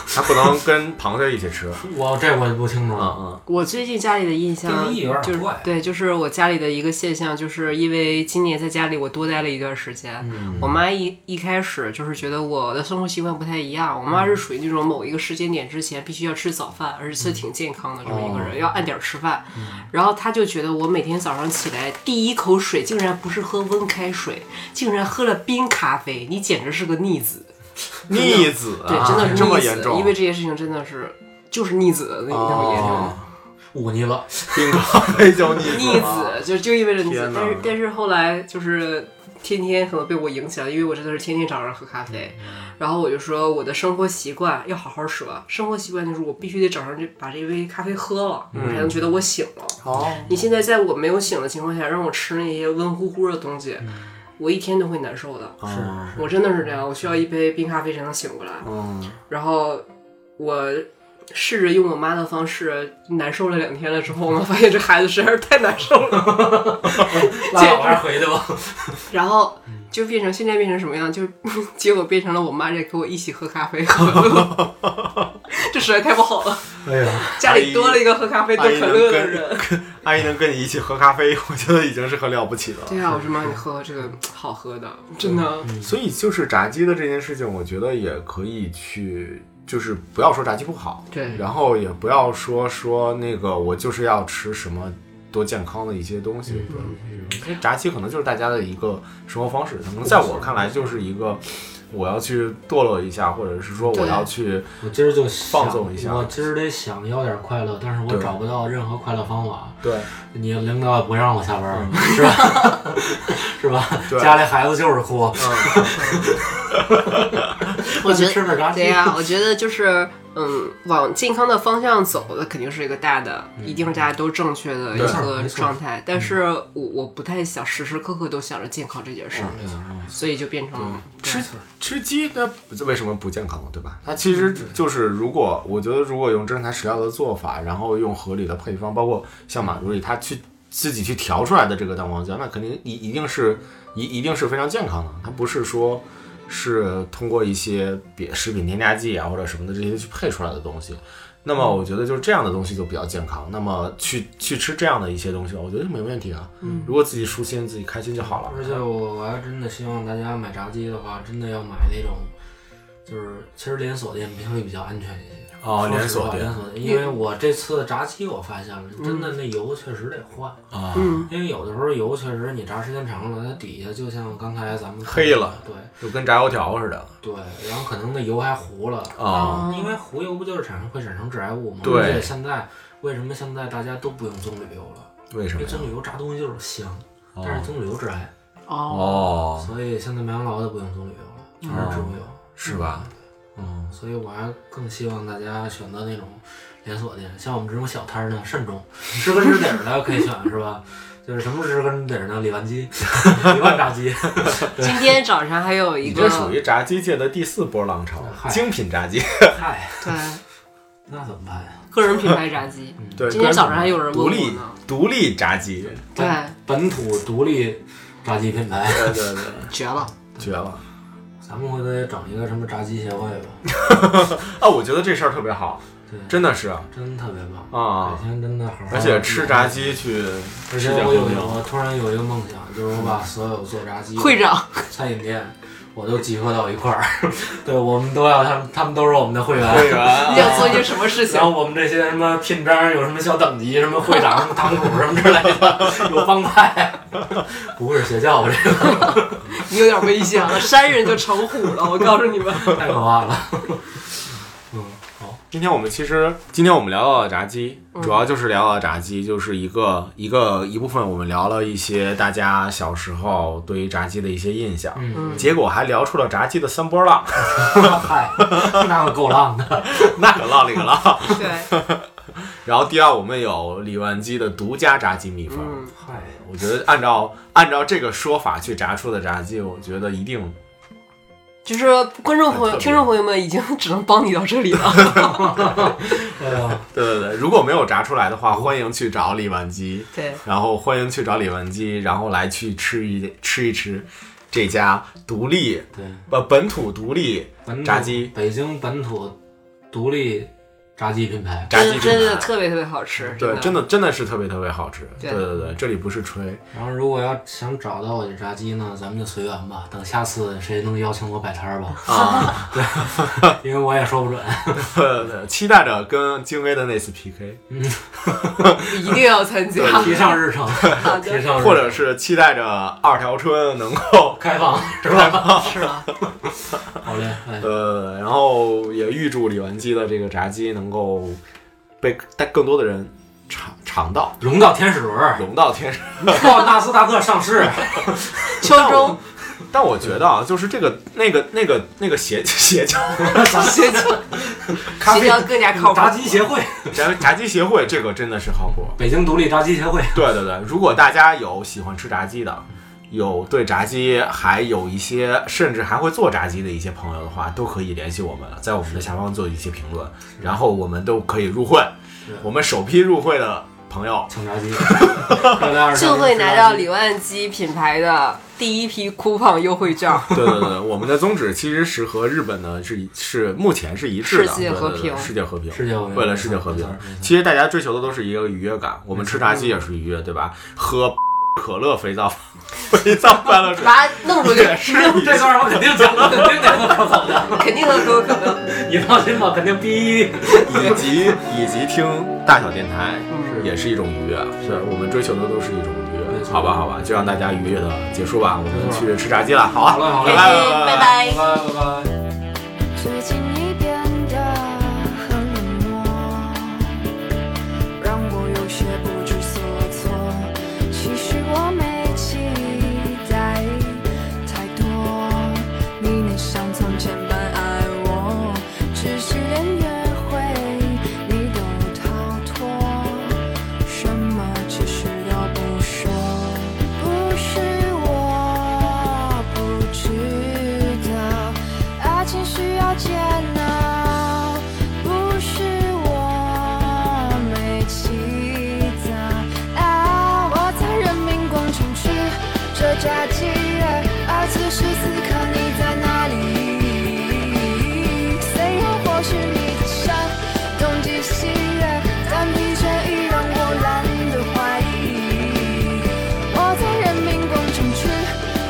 还不能跟螃蟹一起吃。 我这我就不清楚嗯了。嗯，我最近家里的印象定义有点就是怪对，就是我家里的一个现象，就是因为今年在家里我多待了一段时间，嗯我妈一一开始就是觉得我的生活习惯不太一样，我嗯妈是属于那种某一个时间点之前必须要吃早饭，而且吃得挺健康的这么一个哦人，要按点儿吃饭。嗯然后她就觉得我每天早上起来第一口水竟然不是喝温开水，竟然喝了冰咖啡，你简直是个逆子。逆子啊，对，真的是逆子，这么严重，因为这件事情真的是就是逆子的那那么严重。哦忤逆了，冰咖啡叫逆子逆吗子，就就意味着逆子天。哪但是但是后来就是天天可能被我影响，因为我真的是天天早上喝咖啡，嗯然后我就说我的生活习惯要好好说，生活习惯就是我必须得早上就把这杯咖啡喝了，嗯我才能觉得我醒了。哦，你现在在我没有醒的情况下让我吃那些温乎乎的东西，嗯我一天都会难受哦的。是，我真的是这样，我需要一杯冰咖啡才能醒过来。嗯，然后我试着用我妈的方式难受了两天了之后，我妈发现这孩子实在是太难受 了，拉啊倒还是回去吧。嗯然后就变成现在变成什么样，就 结果变成了我妈在跟我一起喝咖啡 喝可乐，这实在太不好了，哎呀，家里多了一个喝咖啡喝可乐的人。阿姨能跟你一起喝咖啡， 我觉得已经是很了不起了。对啊，我说妈，你喝喝这个好喝的，真的，所以就是炸鸡的这件事情，我觉得也可以去，就是不要说炸鸡不好，对然后也不要说说那个我就是要吃什么多健康的一些东西，因为炸鸡可能就是大家的一个生活方式，可能在我看来就是一个我要去堕落一下，或者是说我对要去我今儿就想放纵一下我今儿得想要点快乐，但是我对找不到任何快乐方法。对你领导也不让我下班儿， 是吧？是吧？嗯对嗯家里孩子就是哭， 我觉吃得。点炸鸡对。呀、我觉得就是，嗯，往健康的方向走，那肯定是一个大的，一定是大家都正确的一嗯对个没错状态。但是我我不太想时时刻刻都想着健康这件嗯事儿，所以就变成了吃吃鸡，那为什么不健康了，对嗯吧？它其实就是，如果我觉得，如果用真材实料的做法，然后用合理的配方，包括像马助理他去自己去调出来的这个蛋黄酱，那肯定一一定是一一定是非常健康的。它不是说是通过一些别食品添加剂啊或者什么的这些去配出来的东西。那么我觉得就是这样的东西就比较健康。那么去去吃这样的一些东西，我觉得没问题啊。如果自己舒心、自己开心就好了。而且我我还真的希望大家买炸鸡的话，真的要买那种，就是其实连锁店相对比较安全一些。说哦实话连锁店连锁店，因为我这次的炸鸡我发现了，真的那油确实得换，啊嗯，因为有的时候油确实你炸时间长了，它底下就像刚才咱们黑了，对就跟炸油条似的对，然后可能那油还糊了，啊。哦哦因为糊油不就是产生会产生致癌物吗？对而且现在为什么现在大家都不用棕榈油了？为什因么为呀？棕榈油炸东西就是香，但是棕榈油致癌，哦，哦，所以现在麦当劳都不用棕榈油了，全是植物油。是吧？嗯，所以我还更希望大家选择那种连锁店，像我们这种小摊儿呢，慎重，知根知底儿的可以选，是吧？就是什么知根知底儿呢？李万基、李万炸鸡，今天早上还有一你个这属于炸鸡界的第四波浪潮，嗨精品炸鸡。嗨，对那怎么办呀？个人品牌炸鸡， 对，今天早上还有人问独我立呢独立炸鸡， 对，本土独立炸鸡品牌，对对对，绝了，绝了咱们回头也整一个什么炸鸡协会吧，啊！我觉得这事儿特别好对，真的是真特别棒。啊改！天真的好好，而且吃炸，鸡 去而吃且点我和有一个，牛，我突然有一个梦想，就是我把所有做炸鸡的会长餐饮店，我都集合到一块儿， 对我们都要他们，他们都是我们的会员。员你想做些什么事情然？后我们这些什么聘章有什么小等级，什么会长、什么堂主什么之类的，有帮派， 不是邪教吧？这个你有点危险 了，山人就成虎 了，我告诉你们。太可怕了。 嗯，好，今天我们其实，今天我们聊到了炸鸡，主要就是聊到了炸鸡，就是一个一个一部分，我们聊了一些大家小时候对于炸鸡的一些印象，嗯结果还聊出了炸鸡的三波浪， 嗨，那个够浪的。那可浪里个浪。对，然后第二，我们有李万基的独家炸鸡秘方，嗯，嗨，我觉得按照按照这个说法去炸出的炸鸡，我觉得一定就是观众朋友、听众朋友们已经只能帮你到这里了。 哎呀，对对对。如果没有炸出来的话，欢迎去找李万基，对，然后欢迎去找李万基，然后来去吃一吃一吃这家独立对，呃本土独立本土炸鸡北京本土独立炸鸡品牌。炸鸡品真的牌。特别特别好吃，对，真的。的真的是特别特别好吃。对对对对，这里不是吹，然后如果要想找到我的炸鸡呢，咱们就随缘吧，等下次谁能邀请我摆摊儿吧， 啊，因为我也说不准。对对期待着跟京威的那次 PK，一定要参加。提上日程，好提上的，日程或者是期待着二条春能够开放是吧？是了，好嘞，哎，呃，然后也预祝李文基的这个炸鸡能够被带更多的人尝尝到，龙到天使轮 儿，融到天上。到纳斯达克上市，秋 中但我觉得啊，就是这个那个那个那个邪 邪教邪教，咖邪啡教更加靠谱炸。鸡协会，炸炸鸡协会，这个真的是好果。北京独立炸鸡协会，对对对，如果大家有喜欢吃炸鸡的，有对炸鸡还有一些甚至还会做炸鸡的一些朋友的话，都可以联系我们，在我们的下方做一些评论，然后我们都可以入会是。我们首批入会的朋友，抢炸鸡，让大家就会拿到李礼。万基品牌的第一批 coupon 优惠 券。对对对，我们的宗旨其实是和日本呢是一是目前是一致的，世界对对和对平世界和平，世界和嗯平为了世界和平没错没错，其实大家追求的都是一个愉悦感，我们吃炸鸡也是愉悦，对吧？喝 可乐肥 皂肥皂快乐水把它弄出去，也是一这段我肯定讲了， 肯定得喝可口的，肯定能可口可乐。你放心吧，肯定逼。 以及以及听大小电台嗯也是一种愉悦，嗯是我们追求的都是一种愉没悦，错好吧，好吧，就让大家愉悦的结束吧，我们没错去吃炸鸡了，好啊，好了好了拜拜哎拜拜拜。拜拜拜。最近你变得很冷漠，让我有些不知所措。其实我没期待太多，你能像从前般爱我，只是连约会你都逃脱，什么其实都不说。不是我不知道。爱情需要煎熬，不是我没期待。啊，我在人民广场吃着炸鸡，而此时此刻你在哪里？虽然或许你的伤东击西，但疲倦已让我懒得怀疑。我在人民广场吃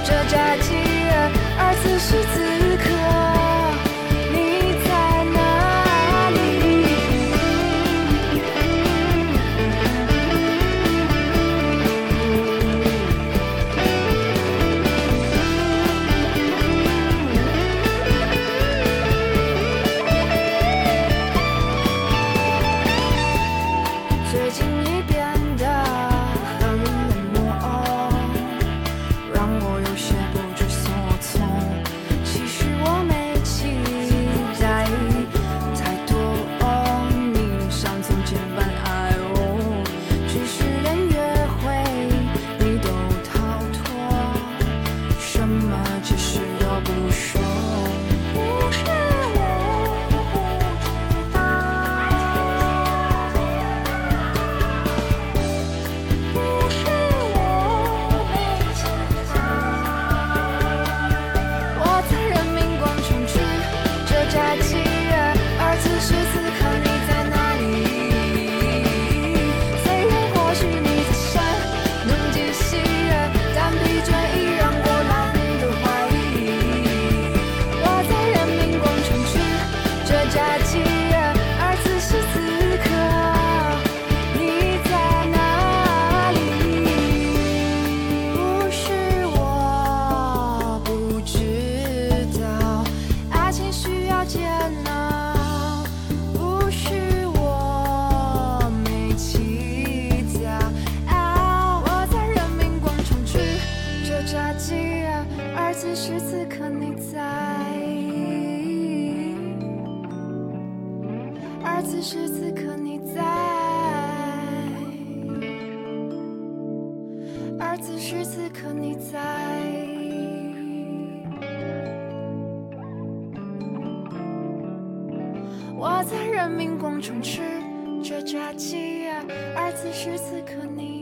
着炸鸡，而此时此刻你在哪里？最近你变得很冷漠，让我有些不知所啊是此刻你在，而此时此刻你在。我在人民广场吃着炸鸡，而此时此刻你。